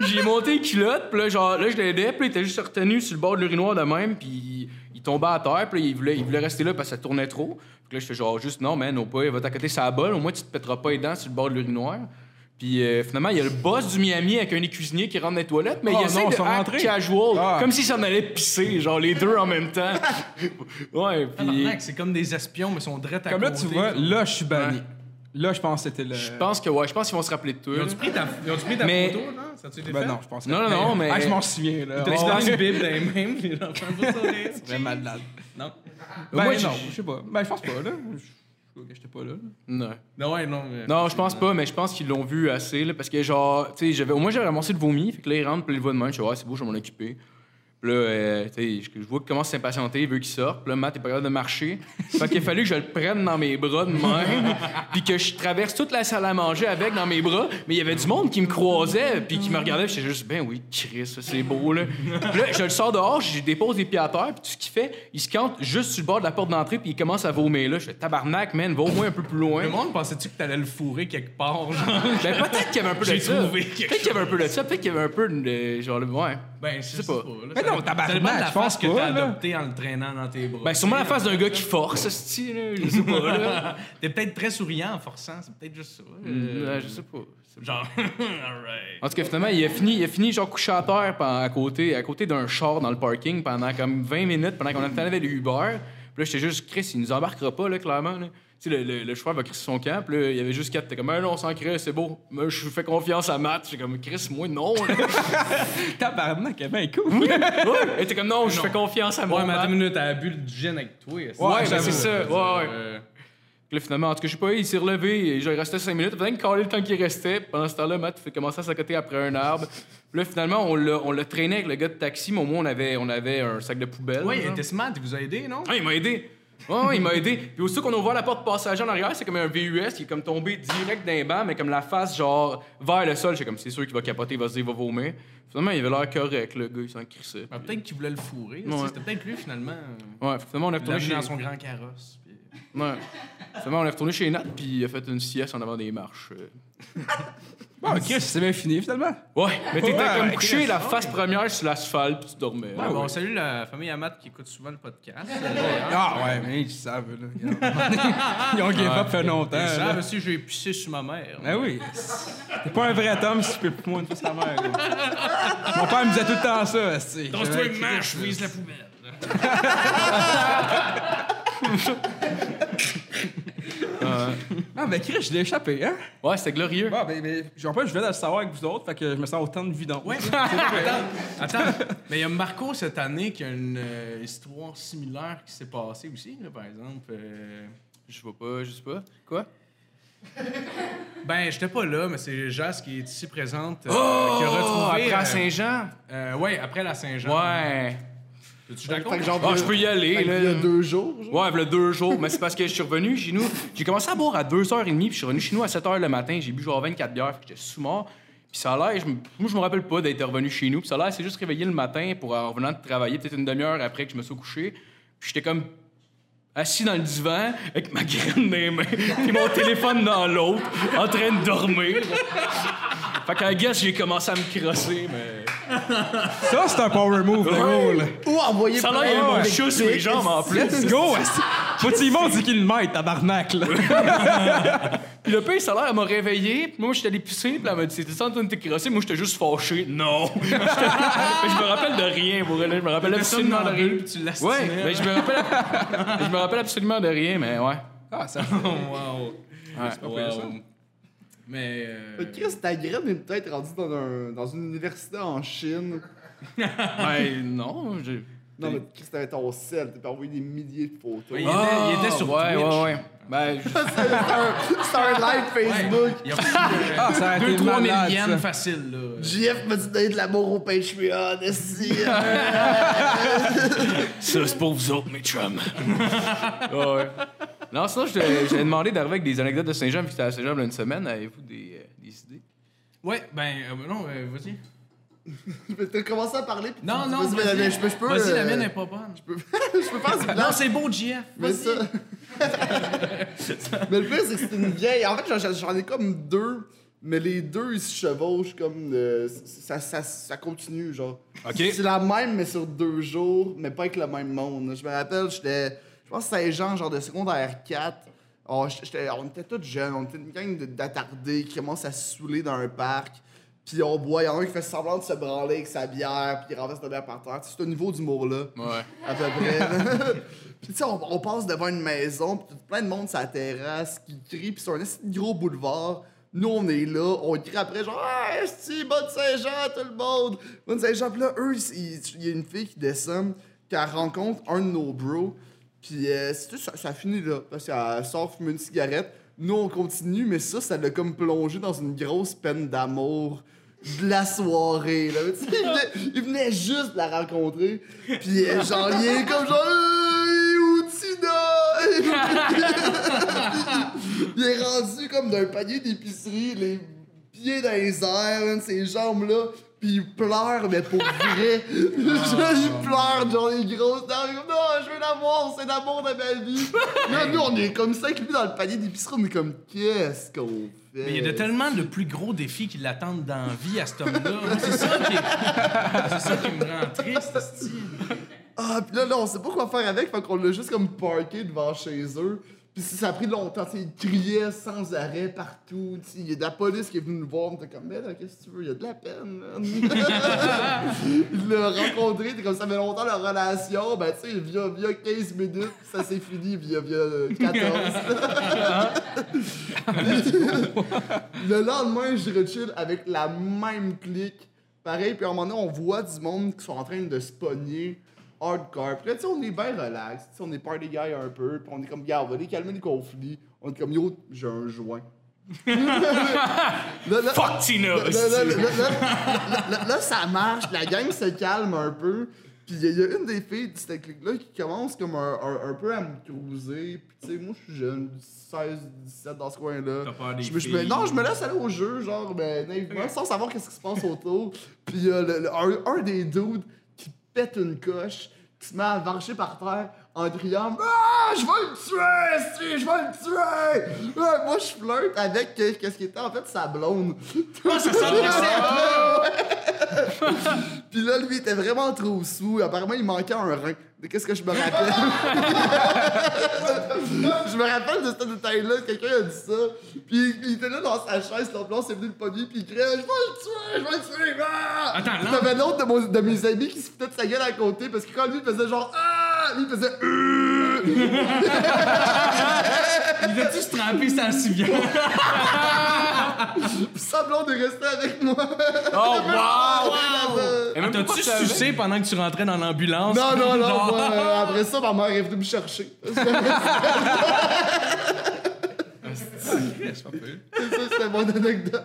G: j'ai monté les culottes. Puis là, genre, là, je l'aidais. Puis là, il était juste retenu sur le bord de l'urinoir de même. Puis il tombait à terre. Puis là, il voulait, il voulait rester là parce que ça tournait trop. Puis là, je fais genre, juste non, man, au pas, va t'accoter sa bol. Au moins, tu te pèteras pas les dents sur le bord de l'urinoir. Puis euh, finalement, il y a le boss du Miami avec un des cuisiniers qui rentre dans les toilettes, mais
F: Oh
G: il essaie
F: non, ils
G: de
F: sont
G: act
F: rentrés.
G: casual,
F: Ah.
G: comme si ça en allait pisser, genre les deux en même temps. ouais, puis
D: Tabarnak, C'est comme des espions, mais ils sont drettes à
F: Comme là,
D: côté.
F: tu vois, là, je suis banni. Là, je pense que c'était le.
G: je pense que ouais, je pense qu'ils vont se rappeler de toi.
D: Ils
G: là.
D: ont-tu pris ta, ils ont-tu pris ta
G: Mais-
D: photo, genre? Ça a-tu été
F: Ben
D: fait?
F: non, je pense que.
G: Non, non, non, mais-
F: Ah, je m'en souviens, là.
D: T'as-tu
F: Oh,
D: dans une bible dans les mains, les gens font pas ça, les esti?
F: c'est malade.
D: Non.
G: Moi,
F: Ben non,
G: j'ai-
F: je sais pas. Ben, je pense pas, là. Je- Je je- j'étais pas là. là.
G: Non.
D: Non, ouais, non, mais...
G: Non, je pense pas, mais je pense qu'ils l'ont vu assez, là, parce que genre, tu sais, j'avais, au moins j'avais ramassé le vomi, fait que là, il rentre, puis il voit de même, je suis, ouais, c'est beau, je vais m'en occuper. Puis là, euh, tu sais, je, je vois qu'il commence à s'impatienter, il veut qu'il sorte, puis là, Matt est pas capable de marcher. fait qu'il a fallu que je le prenne dans mes bras de même, puis que je traverse toute la salle à manger avec dans mes bras, mais il y avait du monde qui me croisait, puis qui me regardait, puis j'étais juste, ben oui, Chris, ça, c'est beau, là. Puis là, je le sors dehors, je dépose les pieds à terre, puis tout ce qu'il fait, il se cante juste sur le bord de la porte d'entrée, puis il commence à vomir là. Je fais, tabarnak, man, va au moins un peu plus loin.
D: Le monde pensait-tu que t'allais le fourrer quelque part, genre?
G: Ben, peut-être qu'il y avait un peu de
D: J'ai
G: ça.
D: trouvé
G: Peut-être
D: quelque
G: qu'il y avait un peu de ça. Peut-être qu'il y avait un peu de. Genre, le- ouais.
D: Ben, je sais
G: pas.
D: pas.
F: Mais non, tabarnak,
D: la
F: je pense
D: face que
F: pas,
D: t'as
F: là.
D: adoptée en le traînant dans tes bras.
G: Ben, sûrement la face d'un gars qui force, ce style, là. Je sais pas, là.
D: T'es peut-être très souriant en forçant, c'est peut-être juste ça.
G: Euh,
D: euh,
G: je sais pas.
D: Genre, alright.
G: En tout cas, finalement, il a fini, il a fini genre couché à terre pen- à côté, à côté d'un char dans le parking pendant comme 20 minutes, pendant qu'on attendait le Uber. Puis là, j'étais juste, Chris, il nous embarquera pas, là, clairement. là. Tu sais, le, le- le chauffeur va crisser son camp, puis là, il y avait juste quatre. T'es comme, Ah, non, on s'en crée, c'est beau. Moi, je fais confiance à Matt. J'étais comme, Chris, moi, non. là.
F: Tabarnak, eh ben, cool.
G: Et t'es comme, non, je fais confiance à moi.
D: Ouais, mais attends une minute, elle a bu le gin avec toi. est-ce que-
G: ben- Ouais,
F: Ouais,
G: ben, c'est
F: j'avoue.
G: ça. Ouais, ouais.
D: Euh,
G: Puis Là, finalement, en tout cas, je sais pas, il s'est relevé, et genre, il restait 5 minutes. Peut-être qu'il calait le temps qu'il restait. Pendant ce temps-là, Matt fait commencer à s'accoter après un arbre. Puis là, finalement, on l'a, on l'a traîné avec le gars de taxi, mais au moins, on avait, on avait un sac de poubelle.
D: Ouais, il
G: genre.
D: était smart, il vous a aidé, non?
G: Ah, il m'a aidé. Ouais, ouais, il m'a aidé. Puis aussitôt qu'on a ouvert la porte passager en arrière, c'est comme un VUS qui est comme tombé direct d'un banc, mais comme la face, genre, vers le sol. J'étais comme, c'est sûr qu'il va capoter, il va se dire, il va vomir. Finalement, il avait l'air correct, le gars, il s'en crissait.
D: Ah, Peut-être qu'il voulait le fourrer.
G: Ouais.
D: si, C'était peut-être lui, finalement. euh,
G: Ouais, finalement, on est retourné
D: l'amener
G: chez...
D: dans son grand carrosse. puis-
G: Ouais. Finalement, on est retourné chez Nat, puis il a fait une sieste en avant des marches. euh.
F: Bon, Ah, Chris, c'est bien fini, finalement.
G: Ouais, mais t'étais
F: Ouais,
G: comme
F: ouais,
G: couché la face première sur l'asphalte puis tu dormais.
D: Ah, bon, salut la famille Amat qui écoute souvent le podcast.
F: Ah, ouais, mais ils savent, là. Ils ont give up fait longtemps.
D: Ah,
F: là.
G: hein.
D: ça, aussi, j'ai pissé sur ma mère.
F: Ben oui. T'es pas un vrai Tom si tu peux pas moi une fois ta mère. là. Mon père me disait tout le temps ça. esti.
D: Lance-toi une main, je vise la poubelle.
F: Ah, ben Chris, je l'ai échappé, hein?
G: Ouais, c'était glorieux.
F: Bon, ben, ben, en fait, je venais de le savoir avec vous autres, fait que je me sens autant de vidon.
D: Ouais, attends, attends. Mais il y a Marco cette année qui a une euh, histoire similaire qui s'est passée aussi, là, par exemple. euh,
G: Je vois pas, je sais pas. Quoi?
D: Ben, j'étais pas là, mais c'est Jas qui est ici présente. euh, qui a
G: Oh,
D: retrouvé.
G: après à
D: euh,
G: Saint-Jean?
D: euh, ouais, après la Saint-Jean.
G: Ouais.
D: Tu te
E: Fait que
D: racontes?
E: genre,
G: Ah, je peux y aller,
E: il y
G: là.
E: a deux jours, genre.
G: Ouais, le deux jours. Mais c'est parce que je suis revenu chez nous. J'ai commencé à boire à 2h30, puis je suis revenu chez nous à 7h le matin. J'ai bu genre 24 bières, fait que j'étais sous-mort. Puis ça a l'air, je me- moi je me rappelle pas d'être revenu chez nous. Puis ça a l'air, c'est juste réveillé le matin pour en revenant de travailler, peut-être une demi-heure après que je me suis couché. Puis j'étais comme assis dans le divan avec ma graine dans les mains, puis mon téléphone dans l'autre, en train de dormir. Fait qu'à guess, j'ai commencé à me crosser, mais.
F: Ça, c'est un power move, le gros, là.
E: Ou envoyer
G: Ça a
E: plein
G: l'air, il y a
E: de
G: un
E: dick
G: chou sur les
E: pics,
G: jambes en plus.
F: Let's go! esti. Faut que tu y montres c'est qui le maître, tabarnak, là.
G: Puis le pire, ça a l'air, elle m'a réveillé. Puis moi, je suis allé pisser. Puis elle m'a dit C'était en train de te crosser. Moi, j'étais juste fâché. Non. J'étais- Mais je me rappelle de rien, pour elle. Je me rappelle absolument de rien.
D: puis tu l'as
G: Ouais, Ben, mais je me rappelle. je me rappelle absolument de rien, mais ouais.
F: Ah, ça.
D: wow.
G: Ouais.
D: Wow. Mais. euh,
E: Fait que Chris, ta graine est peut-être rendue dans, un- dans une université en Chine.
G: Ben, non, j'ai.
E: Non, mais Chris, t'avais ton sel, t'as envoyé des milliers de photos.
D: Oui.
E: Ah,
D: était- il était sur
G: ouais,
D: Twitch.
G: Ouais, ouais, Ben, je-
E: c'est un, c'est un live Facebook.
D: Il y a plus de-
F: Ah, ça a été
D: 2-3 000
F: malade,
D: yens
F: ça.
D: facile, là.
E: JF m'a dit de donner de l'amour au Patreon, esti.
G: ça, c'est pour vous autres, mes chums. ouais. ouais. Non, sinon, je te- j'avais demandé d'arriver avec des anecdotes de Saint-Jean, puis que t'es à Saint-Jean il y a une semaine. Avez-vous des, euh, des idées?
D: Ouais, ben, euh, non, euh, vas-y.
E: Je vais te commencer à parler. puis
D: Non,
E: tu-
D: non,
E: vas-y, mais la mienne, je peux, je peux.
D: Vas-y, la
E: euh,
D: mienne est pas bonne.
E: Je peux faire du
D: Non,
E: blanc.
D: c'est beau, JF.
E: Mais
D: Vas-y.
E: ça. mais le pire, c'est que c'est une vieille. En fait, j'en- j'en- j'en ai comme deux, mais les deux, ils se chevauchent comme. euh, ça, ça, ça continue, genre.
G: Ok.
E: C'est la même, mais sur deux jours, mais pas avec le même monde. Je me rappelle, j'étais. Je pense que c'était Jean, genre de secondaire 4. Oh, j'étais- on était tous jeunes, on était une gang de- d'attardés qui commencent à se saouler dans un parc. Puis on boit, il y en a un qui fait semblant de se branler avec sa bière, puis il renverse la bière par terre. Tu sais, C'est ce niveau d'humour-là
G: Ouais.
E: à peu près. puis tu sais, on, on passe devant une maison, puis tout plein de monde sur la terrasse qui crie, puis c'est un esti de gros boulevard. Nous, on est là, on crie après, genre, ah, esti, bonne Saint-Jean, tout le monde! Bonne Saint-Jean, puis là, eux, ils- ils- il y a une fille qui descend, qu'elle rencontre un de nos bros, puis euh, c'est tout, ça, ça finit là, parce qu'elle sort fumer une cigarette. Nous, on continue, mais ça, ça l'a comme plongé dans une grosse peine d'amour de la soirée. Là. Tu sais, il, venait, il venait juste de la rencontrer. Puis euh, genre, il est comme genre... Hey, où tu dors? il est rendu comme d'un panier d'épicerie, les pieds dans les airs, man, ses jambes-là. Puis il pleure, mais pour vrai. Genre, il pleure, genre, les grosses dents. il est comme, non, je veux l'amour, c'est l'amour de ma vie. Là, nous, on est comme ça, avec lui dans le panier d'épicerie. On est comme, qu'est-ce qu'on fait?
D: Mais il y a de tellement de plus gros défis qui l'attendent dans la vie à cet homme-là. Moi, C'est ça, qui... c'est ça qui me rend triste, esti.
E: Ah, pis là, là, on sait pas quoi faire avec, fait qu'on l'a juste comme parké devant chez eux. Pis ça a pris longtemps, tu sais, il criait sans arrêt partout. tu sais, Il y a de la police qui est venue nous voir, on était comme, mais là, qu'est-ce que tu veux, il y a de la peine, man. il l'a rencontré, t'es comme ça fait longtemps leur relation, ben tu sais, via, via 15 minutes, ça s'est fini, via, via euh, 14. Le lendemain, je rechill avec la même clique. Pareil, puis à un moment donné, on voit du monde qui sont en train de se pogner hardcore. Puis là, tu sais, on est bien relax. Tu sais, on est party guy un peu. Puis on est comme, gars, on va aller calmer les conflits. On est comme, yo, j'ai un joint. Là, là-
G: Fuck Tina!
E: Là, là, là, là, là, là, là, ça marche, la gang se calme un peu. Puis il y, a une des filles de cette clique-là qui commence comme un, un- un peu à me cruiser. Puis tu sais, moi je suis jeune, 16, 17 dans ce coin-là.
D: T'as peur des
E: Je me- je me-
D: filles.
E: Non, je me laisse aller au jeu, genre, ben, naïvement, sans savoir qu'est-ce qui se passe autour. Puis il y a le- le- un, un des dudes qui pète une coche, qui se met à varcher par terre en criant Ah, je vais le tuer, si, je vais le tuer! Ouais, moi, je flirte avec euh, qu'est-ce qui était en fait sa blonde.
D: Ça s'adressait à toi.
E: Puis là, lui, il était vraiment trop sous. Apparemment, il manquait un rein. De qu'est-ce que je me rappelle? je me rappelle de ce détail-là. Quelqu'un a dit ça. Puis il était là dans sa chaise. L'ambulance est venu le pogner. Puis il criait Je vais le tuer, je vais le tuer. Ah!
D: Attends,
E: Puis
D: l'am-
E: T'avais l'autre de, mon- de mes amis qui se foutait de sa gueule à côté. Parce que quand lui, il faisait genre Ah! Lui, il faisait Euh!
D: Il va-tu se tremper sans civière?
E: Puis sa blonde est restée avec moi.
G: Oh, wow!
E: Wow!
G: Et même pourquoi
D: T'as-tu
G: tu savais?
D: sucé pendant que tu rentrais dans l'ambulance?
E: Non, Ah, non, non.
D: Genre-
E: moi, euh, après ça, ma mère est venue me chercher. ça, c'était mon anecdote.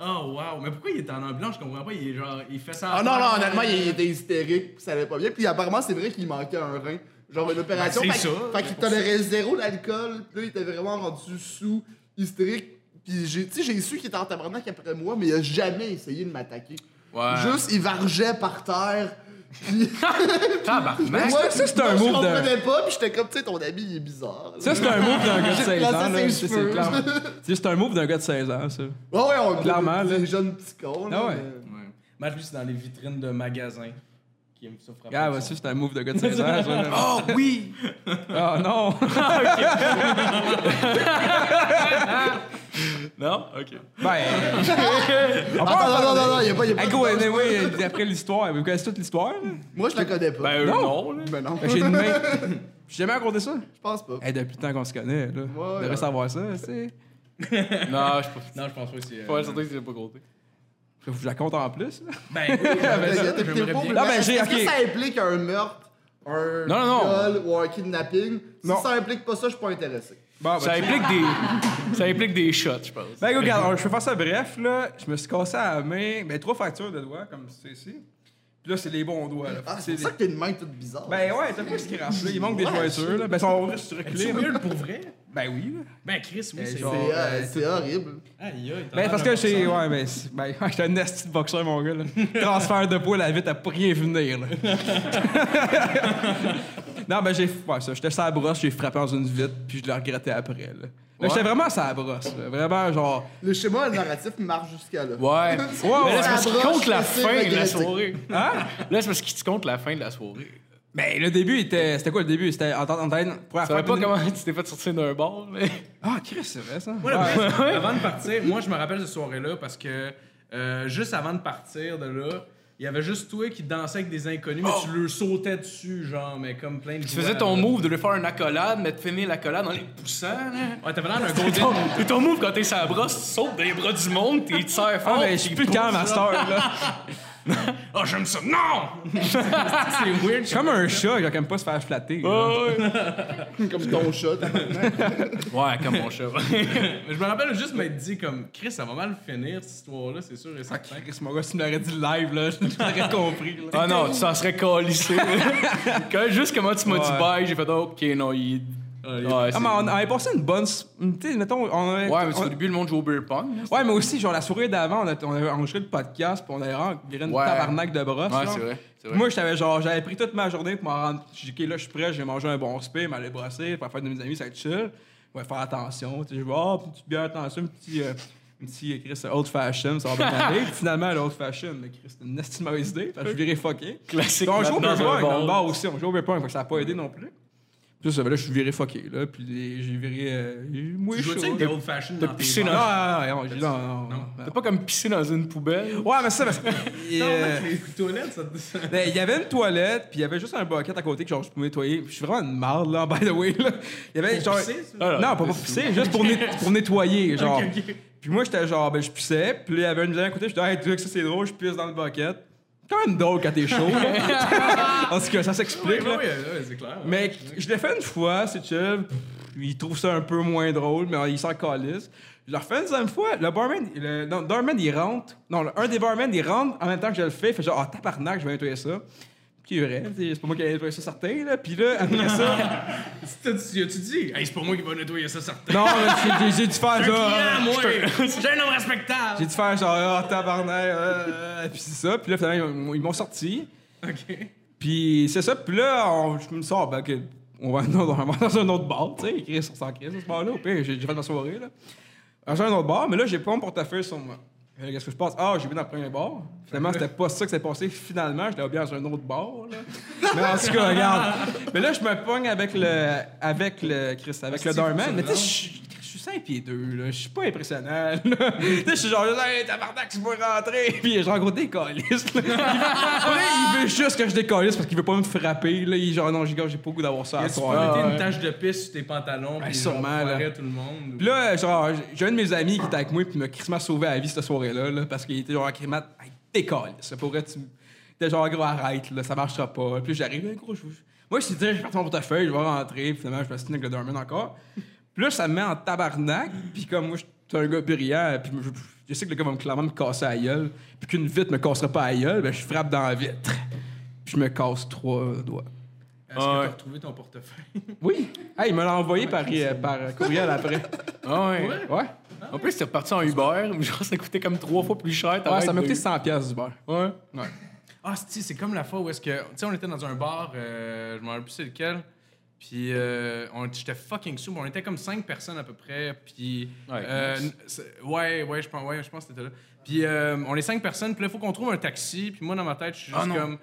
D: Oh, wow. Mais pourquoi il est en ambulance? Je comprends pas. Il est genre... Il fait ça...
E: Ah non, non, honnêtement, il était hystérique, puis ça allait pas bien. Puis apparemment, c'est vrai qu'il manquait un rein. Genre une opération.
D: Ben, c'est
E: fait,
D: ça.
E: Fait qu'il tolérait zéro d'alcool. Puis là, il était vraiment rendu sous, hystérique. Puis j'ai, tu sais, j'ai su qu'il était en tabarnak après moi, mais il a jamais essayé de m'attaquer.
G: Ouais.
E: Juste, il vargeait par terre. Puis
G: Ah, Tabarnak!
E: moi,
F: ça, c'est un
E: moi, Je
F: move de-
E: comprenais pas, puis j'étais comme, tu sais, ton ami, il est bizarre.
F: Ça, c'est un move d'un gars de
E: J'ai
F: 16 ans.
E: placé
F: là.
E: ses
F: C'est c'est
E: cheveux.
F: clair. Tu sais, C'est un move d'un gars de 16 ans, ça.
E: Ouais, ouais, on
F: Clairement,
E: des,
F: là.
E: des jeunes petits cons. là,
F: Ah ouais.
E: mais-
D: Ouais. Moi, lui, c'est dans les vitrines de magasins. Qui aime ça frapper.
F: Ah, bah, ça, c'est un move de gars de 16 ans.
G: Ah,
F: Ah, Oh, oui! Oh, non!
G: Non? OK.
F: Ben.
E: Ah, non, non, non, non, il y a pas. il Y a pas
F: Hey, go, anyway, d'après l'histoire, vous connaissez toute l'histoire? là?
E: Moi, je la connais pas.
G: Ben, eux,
F: Non.
G: non, là.
E: Ben non,
F: Fait que J'ai une main. J'ai jamais raconté ça.
E: je pense pas.
F: Hey, depuis le temps qu'on se connaît, là. on devrait
E: ouais.
F: savoir ça, tu sais.
G: Non, je suis
D: Non, je pense pas que c'est.
G: pas mal certain que c'est euh, pas compté.
F: Faut que Je la compte en plus. là.
D: Ben oui, ben,
E: T'es-
D: ça,
E: t'es- t'es
D: j'aimerais bien.
E: pas obligé.
F: Non, ben, j'ai-
E: Est-ce que
F: ok.
E: ça implique un meurtre, un
G: Non, non, non.
E: viol ou un kidnapping? Si
F: Non.
E: ça implique pas ça, je suis pas intéressé.
F: Bon,
G: Ça
F: ben,
G: implique des. Ça implique des shots, je pense.
F: ben, go, regarde, alors, je peux faire ça bref, là. Je me suis cassé à la main. Ben, trois fractures de doigts, comme c'est ici. Puis là, c'est les bons doigts, là.
E: Ah,
F: C'est
E: c'est pour
F: les-
E: ça que t'es une main toute bizarre.
F: Ben ouais, t'as pas ce qui rafle, là. Il manque des jointures, là. Ben, si on reste reculé.
D: C'est weird pour vrai?
F: Ben oui, là.
D: Ben Chris, oui,
F: Eh,
D: c'est.
E: c'est
F: genre-
E: euh,
F: euh,
E: c'est
F: tout-
E: horrible.
D: Aïe, aïe, t'en
F: Ben, parce
D: as
F: que
D: un
F: j'ai.
D: bon
F: Ouais, ben, c'est- ben, j'étais un nasty de boxeur, mon gars, là. Transfert de poids, la vie, t'as pas rien vu venir, là. non, ben, j'ai. Ouais, ça. J'étais sur la brosse, j'ai frappé dans une vitre, puis je l'ai regretté après, là. Là, j'étais vraiment sur la brosse, là. Vraiment, genre.
E: Le schéma narratif marche jusqu'à là.
G: Ouais.
E: C'est-
G: Mais là, c'est parce
E: Ça
G: qu'il compte
E: broche,
G: la
E: c'est
G: fin de la
E: regretté.
G: soirée.
F: Hein?
G: Là, c'est parce qu'il compte la fin de la soirée.
F: Ben, le début était. C'était quoi le début? C'était en tant pour la
G: Tu savais pas comment tu t'es fait sortir d'un bar, mais.
F: Ah, Chris, c'est vrai, ça.
D: Moi, le best, avant de partir, moi, je me rappelle de cette soirée-là parce que euh, juste avant de partir de là, il y avait juste toi qui dansais avec des inconnus, mais tu leur sautais dessus, genre, mais comme plein de
G: Tu faisais ton move de lui faire une accolade, mais de finir l'accolade en les poussant, là.
D: Ouais, t'avais l'air d'un
G: C'est
D: golden.
G: ton, c'est ton move quand t'es sur la brosse, tu sautes dans les bras du monde, t'es- tu te serres fort.
F: Ah, ben, je suis plus calme à cette heure, là.
G: Ah, j'aime ça. Non!
D: C'est weird.
F: Comme un chat, il a quand même pas se faire flatter. là.
E: Comme ton chat. t'as pas-
G: Ouais, comme mon chat.
D: Mais je me rappelle juste m'être dit, comme, Chris, ça va mal finir cette histoire-là, c'est sûr et
F: Ah,
D: certain.
F: Chris, mon gars, si tu me l'aurais dit live, là, je l'aurais compris, là.
G: Ah non, tu s'en serais calissé. Quand- juste comment tu m'as dit
F: Ouais.
G: bye, j'ai fait oh, ok, non, il.
D: il-
G: Ouais, c'est-
F: Ah, mais on avait passé une bonne. s- une- Tu sais, mettons, on avait.
G: Ouais, mais c'est
F: on-
G: au début, le monde joue au beer pong. là.
F: Ouais, mais aussi, genre, la soirée d'avant, on, a- on avait enregistré le podcast, puis on avait vraiment viré une
G: Ouais.
F: tabarnak de brosse.
G: Ouais,
F: là.
G: c'est vrai, c'est vrai.
F: Moi, j'avais genre, j'avais pris toute ma journée pour m'en rendre. J'ai dit, OK, là, je suis prêt, j'ai mangé un bon spé, m'aller brosser, pour faire de mes amis, ça va être chill. Ouais, faire attention. Tu sais, je vais, oh, petite bière, attention, un petit. euh, un petit euh, Chris old fashion, ça va bien aller. Puis finalement, l'old fashion, mais Chris, c'était une nasty mauvaise idée, parce que je virais fucké.
G: Classique,
F: Puis On joue au
G: maintenant,
F: beer
G: dans
F: pong
G: le
F: dans
G: bar.
F: le bar aussi, on joue au beer pong, fait que ça n'a pas aidé non plus. Puis ça, ben là, je suis viré fucké, là. Puis les- j'ai viré. euh, moi,
D: Tu
F: je
D: jouais-tu avec des old fashioned dans tes
G: pissé
D: bars?
F: non,
G: dans-
F: Ah, non, non, j'ai- non, non, non.
G: T'as pas comme pisser dans une poubelle.
F: Ouais, mais c'est ça, parce que.
D: Non,
F: euh,
D: mec, les toilettes, ça te- ça-
F: ben, il y avait une toilette, puis il y avait juste un bucket à côté que genre, je pouvais nettoyer. Puis je suis vraiment une marde, là, by the way. Là. Il y avait genre.
D: pisser, ça?
F: Ah, là, non, pas pour pisser, juste pour, net- pour nettoyer, genre. Puis moi, j'étais genre, ben, je pissais, puis là, il y avait une bière à côté, je dis, hey, tu vois que ça, c'est drôle, je pisse dans le bucket. Quand même drôle quand t'es chaud, là. En tout cas, ça
D: Ouais,
F: s'explique,
D: ouais,
F: là.
D: ouais, c'est clair. ouais.
F: Mais je l'ai fait une fois, c'est chill. Il trouve ça un peu moins drôle, mais il s'en calisse. Je le refais une deuxième fois. Le barman, le, non, le barman, il rentre. Non, le- un des barmen, il rentre en même temps que je le fais. Il fait genre, ah, tabarnak, je vais nettoyer ça. Puis c'est vrai, c'est pas moi qui ai nettoyé ça, certain. Là. Puis là, après ça.
D: Tu as tu dit, Hey, c'est pour moi qui va nettoyer ça, certain.
F: non, là, j'ai- j'ai- j'ai dû faire
D: Ah,
F: genre.
D: Client, moi, j'ai un homme
F: J'ai
D: respectable.
F: dû faire genre, ah, tabarnak, euh, euh, puis c'est ça. Puis là, finalement, ils m'ont- ils m'ont sorti.
D: Ok.
F: Puis c'est ça. Puis là, on- je me sors, ben, que- on va dans, on va dans un autre bar, tu sais. Chris, on s'en crisse à ce bar-là. Au pire, j'ai j'ai fait ma soirée, là. Dans un autre bar, mais là, j'ai pas mon portefeuille sur moi. Fait que Qu'est-ce que je passe? Ah, j'ai bu dans le premier bar. Finalement, c'était pas ça que s'est passé. Finalement, j'étais bien dans un autre bar, là. Mais en tout cas, regarde. Mais là, je me pogne avec le. Avec le. Chris, avec le Dorman. Mais tu sais, je suis- je suis 5 pieds 2, là. Je suis pas impressionnant, là. Tu sais, je suis genre, hey, tabarnak, je peux rentrer. Puis j'ai rencontré des câlisses, là. Ouais, il veut juste que je décollisse parce qu'il veut pas me frapper. Là, il est genre, non, j'ai j'ai pas le goût d'avoir ça à
D: Tu peux
F: soir.
D: mettre une tache de pisse sur tes pantalons, puis genre,
F: sûrement, là.
D: foirer tout le monde.
F: Puis là, genre, j'ai un de mes amis qui était avec moi puis il m'a crissement sauvé à la vie cette soirée-là là, parce qu'il était genre, Crimat, hey, décolle. Ça pourrait, tu. T'es genre, gros, arrête, là, ça marchera pas. Puis j'arrive, hey, gros, je vous- Moi, je suis dit, je vais partir mon portefeuille, je vais rentrer. Puis finalement, je me suis avec le Dorman encore. Puis là, ça me met en tabarnak. Puis comme moi, je suis un gars brillant, puis je, je sais que le gars va me clairement me casser à gueule. Puis qu'une vitre me cassera pas à gueule, ben, je frappe dans la vitre. Puis je me casse trois doigts.
D: Est-ce que
G: ouais.
D: t'as retrouvé ton portefeuille?
F: Oui. Hey, il me l'a envoyé par, euh, par euh, courriel après.
G: Ah ouais.
F: Ouais.
G: En plus, t'es reparti en Uber, mais genre, ça coûtait comme trois fois plus cher.
F: Ouais,
G: t'arrêtes
F: ça m'a
G: de-
F: coûté 100 pièces du beurre.
G: Ouais.
D: Ah, c'est c'est comme la fois où est-ce que. Tu sais, on était dans un bar, euh, je m'en rappelle plus c'est lequel. Puis, euh, on- j'étais fucking sous, on était comme cinq personnes à peu près. Puis,
G: Ouais,
D: euh,
G: nice.
D: c'est- ouais, ouais, je pense, ouais, je pense que t'étais là. Puis, euh, on est cinq personnes, puis là, faut qu'on trouve un taxi. Puis, moi, dans ma tête, je suis
G: Ah
D: juste comme.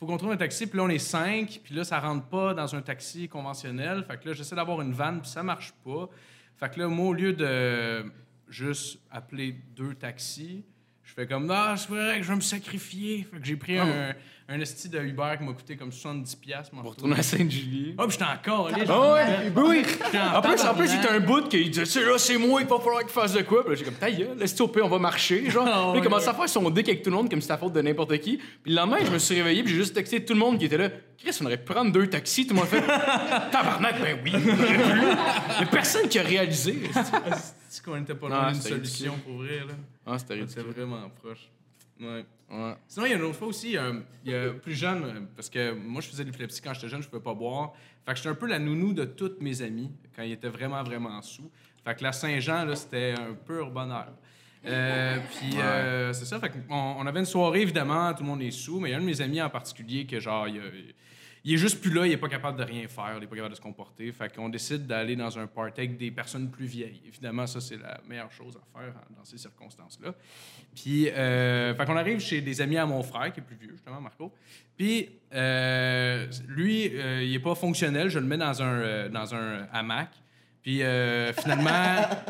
D: Faut qu'on trouve un taxi, puis là, on est cinq, puis là, ça rentre pas dans un taxi conventionnel. Fait que là, j'essaie d'avoir une vanne, puis ça marche pas. Fait que là, moi, au lieu de. juste appelé deux taxis. Je fais comme, ah, c'est vrai que je vais me sacrifier. Fait que j'ai pris un, un esti de Uber qui m'a coûté comme 70$. piastres, m'en
G: Ah. Pour
D: retourner.
G: retourner à Sainte-Julie.
D: Oh, puis j'étais encore allé.
G: ouais, oui. En plus, en plus,
D: tabarnak.
G: c'était un bout qui disait, c'est là, c'est moi, il va falloir qu'il fasse de quoi. Puis là, j'ai comme, ta gueule, laisse au pire, on va marcher. Genre, Puis il commence à faire son dick avec tout le monde comme si c'était la faute de n'importe qui. Puis le lendemain, je me suis réveillé, puis j'ai juste texté tout le monde qui était là. Chris, on aurait pu prendre deux taxis. Tout le monde a fait, tabarnak, ben oui. Il y a personne qui a réalisé.
D: C'est Ah, qu'on était pas
G: Non,
D: loin d'une
G: c'était ridicule.
D: solution pour vrai, là.
G: Ah, c'était
D: C'est
G: ridicule.
D: vraiment proche. Ouais.
G: Ouais.
D: Sinon, il y a une autre fois aussi, euh, il y a plus jeune, euh, parce que moi, je faisais de l'épilepsie quand j'étais jeune, je pouvais pas boire. Fait que j'étais un peu la nounou de toutes mes amis quand ils étaient vraiment, vraiment sous. Fait que la Saint-Jean, là, c'était un pur bonheur. Euh, puis euh, c'est ça, fait que on, on avait une soirée, évidemment, tout le monde est sous, mais il y a un de mes amis en particulier que, genre, il, a- il est juste plus là, il est pas capable de rien faire, il est pas capable de se comporter. Fait qu'on décide d'aller dans un party avec des personnes plus vieilles. Évidemment, ça, c'est la meilleure chose à faire hein, dans ces circonstances-là. Puis, euh, fait qu'on arrive chez des amis à mon frère, qui est plus vieux, justement, Marco. Puis, euh, lui, euh, il est pas fonctionnel. Je le mets dans un, euh, dans un hamac. Puis, euh, finalement,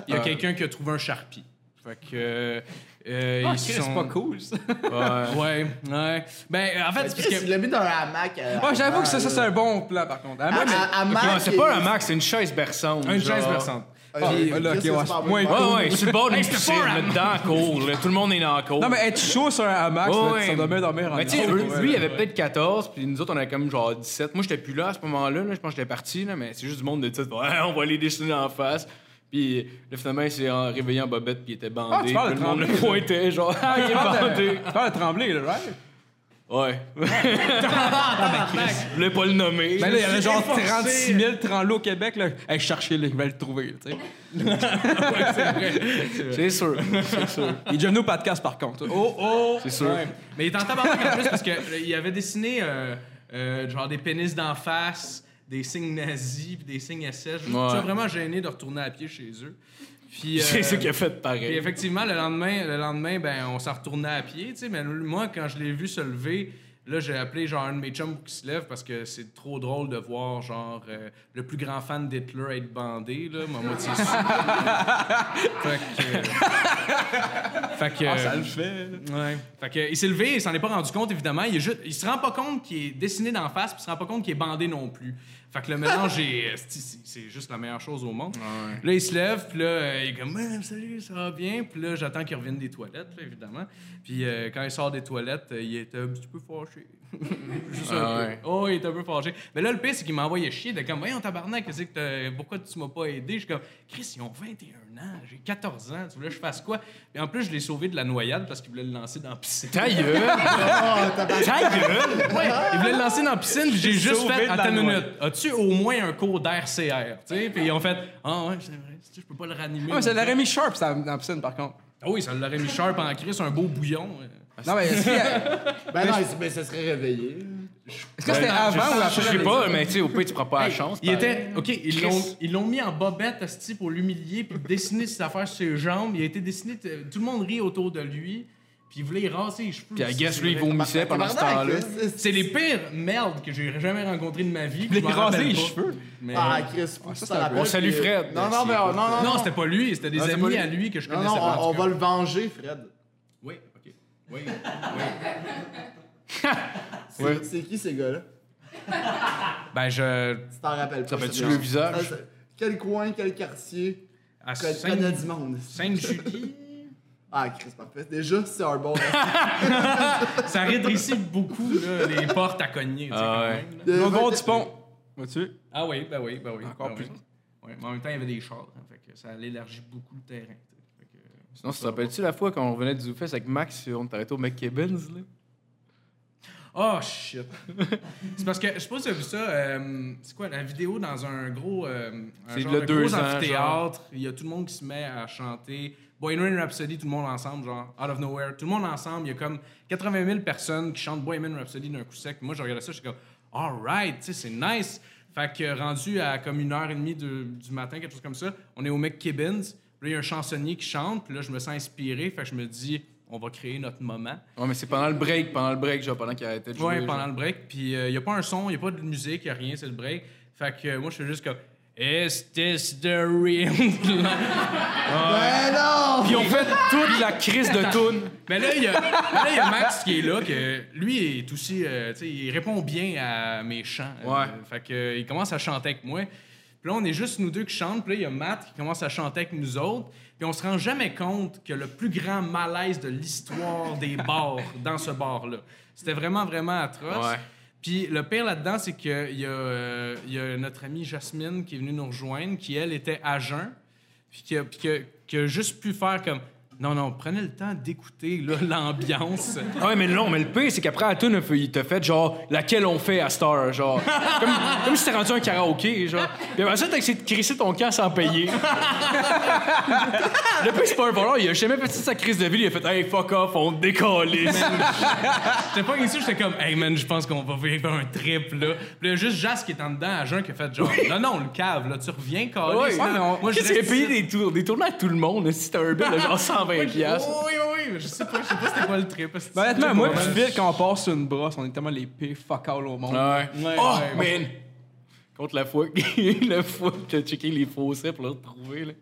D: il y a quelqu'un qui a trouvé un charpie. Fait que. euh, euh, ils
F: Chris,
D: sont...
F: c'est pas cool, ça.
D: Ouais, ouais, ouais. Ben, en fait, c'est parce
E: Chris,
D: que.
E: il l'a mis dans un hamac. euh,
G: Ah,
F: Ouais, j'avoue que ça, ça, c'est
E: euh,
F: un bon plan, par contre. Ah,
E: à-
F: mais-
E: à- hamac,
G: Non, c'est
E: et-
G: pas un max, c'est une chaise berçante.
D: Une
G: genre.
D: chaise berçante.
E: Ah,
F: Puis-
E: Chris,
F: là, ok,
E: c'est Ah,
F: ouais,
E: super
F: moins
E: bon.
F: cool.
G: Ouais, ouais, c'est le bord d'une
D: Hey, c'était
G: piscine,
D: pas un
G: là, dedans, en cours. là. Tout le monde est dans la cour.
F: Non, mais être chaud sur un hamac, ça-
G: Ouais,
F: Ah, ça
G: ouais.
F: doit bien dormir en
G: Mais tu sais,
F: dessous,
G: eux,
F: ouais.
G: lui, il avait peut-être 14, puis nous autres, on avait comme genre 17. Moi, j'étais plus là à ce moment-là, là. je pense que j'étais parti, là, mais c'est juste du monde de titre. Ouais, on va les dessiner en face. Puis là, finalement, il s'est en- réveillé en bobette, puis il était bandé.
F: Ah, tu parles
G: Puis
F: de
G: le monde le
F: Tremblay,
G: pointait, genre, ah, il est bandé.
F: Tu parles de trembler, là, right?
G: Ouais. Je voulais pas le nommer.
F: Ben là, il y avait genre
D: efforcé.
F: 36 000 tremblots au Québec, là. Hey, cherchez-le, il va le trouver, là, tu sais.
G: C'est sûr.
F: Euh,
G: C'est sûr.
F: Il est déjà venu au podcast, par contre.
D: Oh, oh!
G: C'est sûr.
D: Ouais. Mais il est en tabarnak en plus parce qu'il avait dessiné euh, euh, genre des pénis d'en face, des signes nazis, puis des signes SS. Je
G: Ouais.
D: suis vraiment gêné de retourner à pied chez eux. Puis,
G: C'est
D: euh,
G: ça qu'il a fait
D: puis
G: pareil.
D: effectivement, le lendemain, le lendemain ben, on s'en retournait à pied. tu sais, Mais moi, quand je l'ai vu se lever, là, j'ai appelé genre un de mes chums pour qu'il se lève parce que c'est trop drôle de voir genre euh, le plus grand fan d'Hitler être bandé. Là, ma moitié sous. fait que. euh, fait que. euh,
F: fait, là.
D: Ouais. Fait que, il s'est levé, il s'en est pas rendu compte, évidemment. Il, est juste, il se rend pas compte qu'il est dessiné d'en face, puis il se rend pas compte qu'il est bandé non plus. Fait que le mélange est. euh, c'est- C'est c'est juste la meilleure chose au monde. Là, il se lève, puis là, euh, il est comme, Man, salut, ça va bien. Puis là, j'attends qu'il revienne des toilettes, là, évidemment. Puis euh, quand il sort des toilettes, euh, il est un petit peu fâché. juste un
G: Ah
D: peu.
G: ouais.
D: Oh, il est un peu fâché. Mais là, le pire, c'est qu'il m'a envoyé chier. De comme, voyons, tabarnak, qu'est-ce que t'as- pourquoi tu m'as pas aidé? Je suis comme, Chris, ils ont 21 ans, j'ai 14 ans, tu voulais que je fasse quoi? Et en plus, je l'ai sauvé de la noyade parce qu'il voulait le lancer dans la piscine.
G: Ta gueule!
F: Oh,
G: Ta gueule!
D: Il voulait le lancer dans la piscine, puis j'ai juste
F: sauvé
D: fait,
F: de la
D: attends une
F: noyade.
D: minute, as-tu au moins un cours d'RCR? Tu sais, puis ils ont fait, ah ouais, c'est vrai, je peux pas le ranimer.
F: Non, Ah, mais c'est l'aurait mis sharp, ça, dans la piscine, par contre.
D: Ah oui, ça l'aurait mis sharp en crise, un beau bouillon.
F: Non, mais est-ce qu'il y a-
E: Ben non, il s- ben, ça serait réveillé.
F: est-ce que c'était avant ou
G: Je sais
F: après?
G: pas, mais tu sais, au pire, tu prends pas la chance.
D: Il
G: pareil.
D: était. OK, ils
G: Chris.
D: l'ont- ils l'ont mis en bobette, asti, pour l'humilier, puis dessiner ses affaires sur ses jambes. Il a été dessiné. t- Tout le monde rit autour de lui, puis il voulait y raser les cheveux.
G: Puis I
D: aussi,
G: guess,
D: c'est
G: lui, il
D: vrai.
G: vomissait pendant ce temps-là.
D: C'est les pires merdes que j'ai jamais rencontrées de ma vie. puis
F: Il
D: je
F: a
D: m'en
F: rasé
D: rappelle
F: les
D: pas.
F: cheveux.
D: Mais-
E: Ah, Chris, faut que tu t'en rappelles,
G: On salue
E: puis-
G: Fred.
E: Non, non,
G: Merci,
E: mais, oh, non, non,
D: non,
E: non.
D: c'était pas lui, c'était des
G: c'est pas
D: amis
G: lui.
D: à lui que je
E: Non,
D: connaissais
E: non,
D: pas. en
E: on, on
D: tout
E: va
D: cas.
E: le venger, Fred.
D: Oui, OK. Oui.
E: C'est c'est qui ces gars-là?
D: Ben, je.
E: Tu t'en rappelles pas.
G: fait-tu
E: ça,
G: le
E: non.
G: visage?
E: Ça, ça- Quel coin, quel quartier?
D: À
E: Quel connaît du
D: Sainte-
E: monde?
D: Sainte-Julie,
E: Ah, Chris, parfait. Déjà, c'est un bon.
D: ça rétrécit beaucoup là, les portes à cogner. tu sais,
G: Ah
D: quand
G: ouais.
D: même, là.
F: Le gros du pont. Vois-tu?
D: Ah oui, ben oui, ben oui.
F: Encore
D: ben
F: plus.
D: oui. Ouais, mais en même temps, il y avait des chars, hein, fait que ça élargit beaucoup le terrain. tu sais. Fait que-
G: Sinon, ça te rappelles-tu la fois quand on revenait du Zoufest avec Max, on t'arrêtait au McKibbins, là?
D: Oh shit! c'est parce que je sais pas si tu as vu ça, euh, c'est quoi la vidéo dans un gros. euh, un
G: C'est
D: genre
G: le
D: de
G: deux
D: gros
G: ans,
D: amphithéâtre, il y a tout le monde qui se met à chanter Bohemian Rhapsody, tout le monde ensemble, genre Out of Nowhere, tout le monde ensemble, il y a comme 80 000 personnes qui chantent Bohemian Rhapsody d'un coup sec. Moi, je regardais ça, je suis comme, alright, tu sais, c'est nice! Fait que rendu à comme une heure et demie de- du matin, quelque chose comme ça, on est au McKibbins, puis là, il y a un chansonnier qui chante, puis là, je me sens inspiré, fait que je me dis, on va créer notre moment.
G: Ouais, mais c'est pendant le break, pendant le break, genre pendant qu'il arrêtait de jouer.
D: Ouais, pendant le break. Puis il n'y a pas un son, il n'y a pas de musique, il n'y a rien, c'est le break. Fait que euh, moi, je fais juste comme Is this the real
E: Ben non!
G: Puis on fait toute la crise de toune.
D: Mais là, il y, a- mais là, il y a Max qui est là, que lui est aussi. euh, tu sais, il répond bien à mes chants. Euh,
G: Ouais.
D: fait que, euh, il commence à chanter avec moi. Puis là, on est juste nous deux qui chantent. Puis là, il y a Matt qui commence à chanter avec nous autres. Puis on se rend jamais compte que le plus grand malaise de l'histoire des bars, dans ce bar-là. C'était vraiment, vraiment atroce.
G: Ouais.
D: Puis le pire là-dedans, c'est qu'il y, a, euh, il y a notre amie Jasmine qui est venue nous rejoindre, qui, elle, était à jeun puis que, puis que, qui a juste pu faire comme non, non, prenez le temps d'écouter là, l'ambiance.
G: Ah ouais, mais non, mais le pire, c'est qu'après la tune, il t'a fait genre laquelle on fait à Star, genre. comme, comme si t'étais rendu un karaoké, genre. Puis après ça, t'as essayé de crisser ton camp sans payer. le pire, c'est pas un voleur, il a jamais fait ça de sa crise de ville, il a fait hey fuck off, on décalisse.
D: j'étais pas sûr, j'étais comme hey man, je pense qu'on va vivre un trip là. Puis là, juste Jas qui est en dedans à jeun qui a fait genre non, non, le cave là, tu reviens quand
G: Ouais, ouais, mais on-
D: Moi, je
G: Qu'est-ce qu'il a
D: reste
G: payé
D: ici.
G: des, tours, des tournées à tout le monde, si t'as un bill de genre 120 piastres.
D: Oh, oui, oui, oui, mais je sais pas, je sais pas c'était quoi le trip.
F: Ben, honnêtement, moi, plus vite, quand on part sur une brosse, on est tellement les pires fuck all au monde.
G: Ouais.
D: Ouais,
G: oh,
D: ouais.
G: man! Contre la fois, la fois que t'as checké les fossés pour le retrouver, là.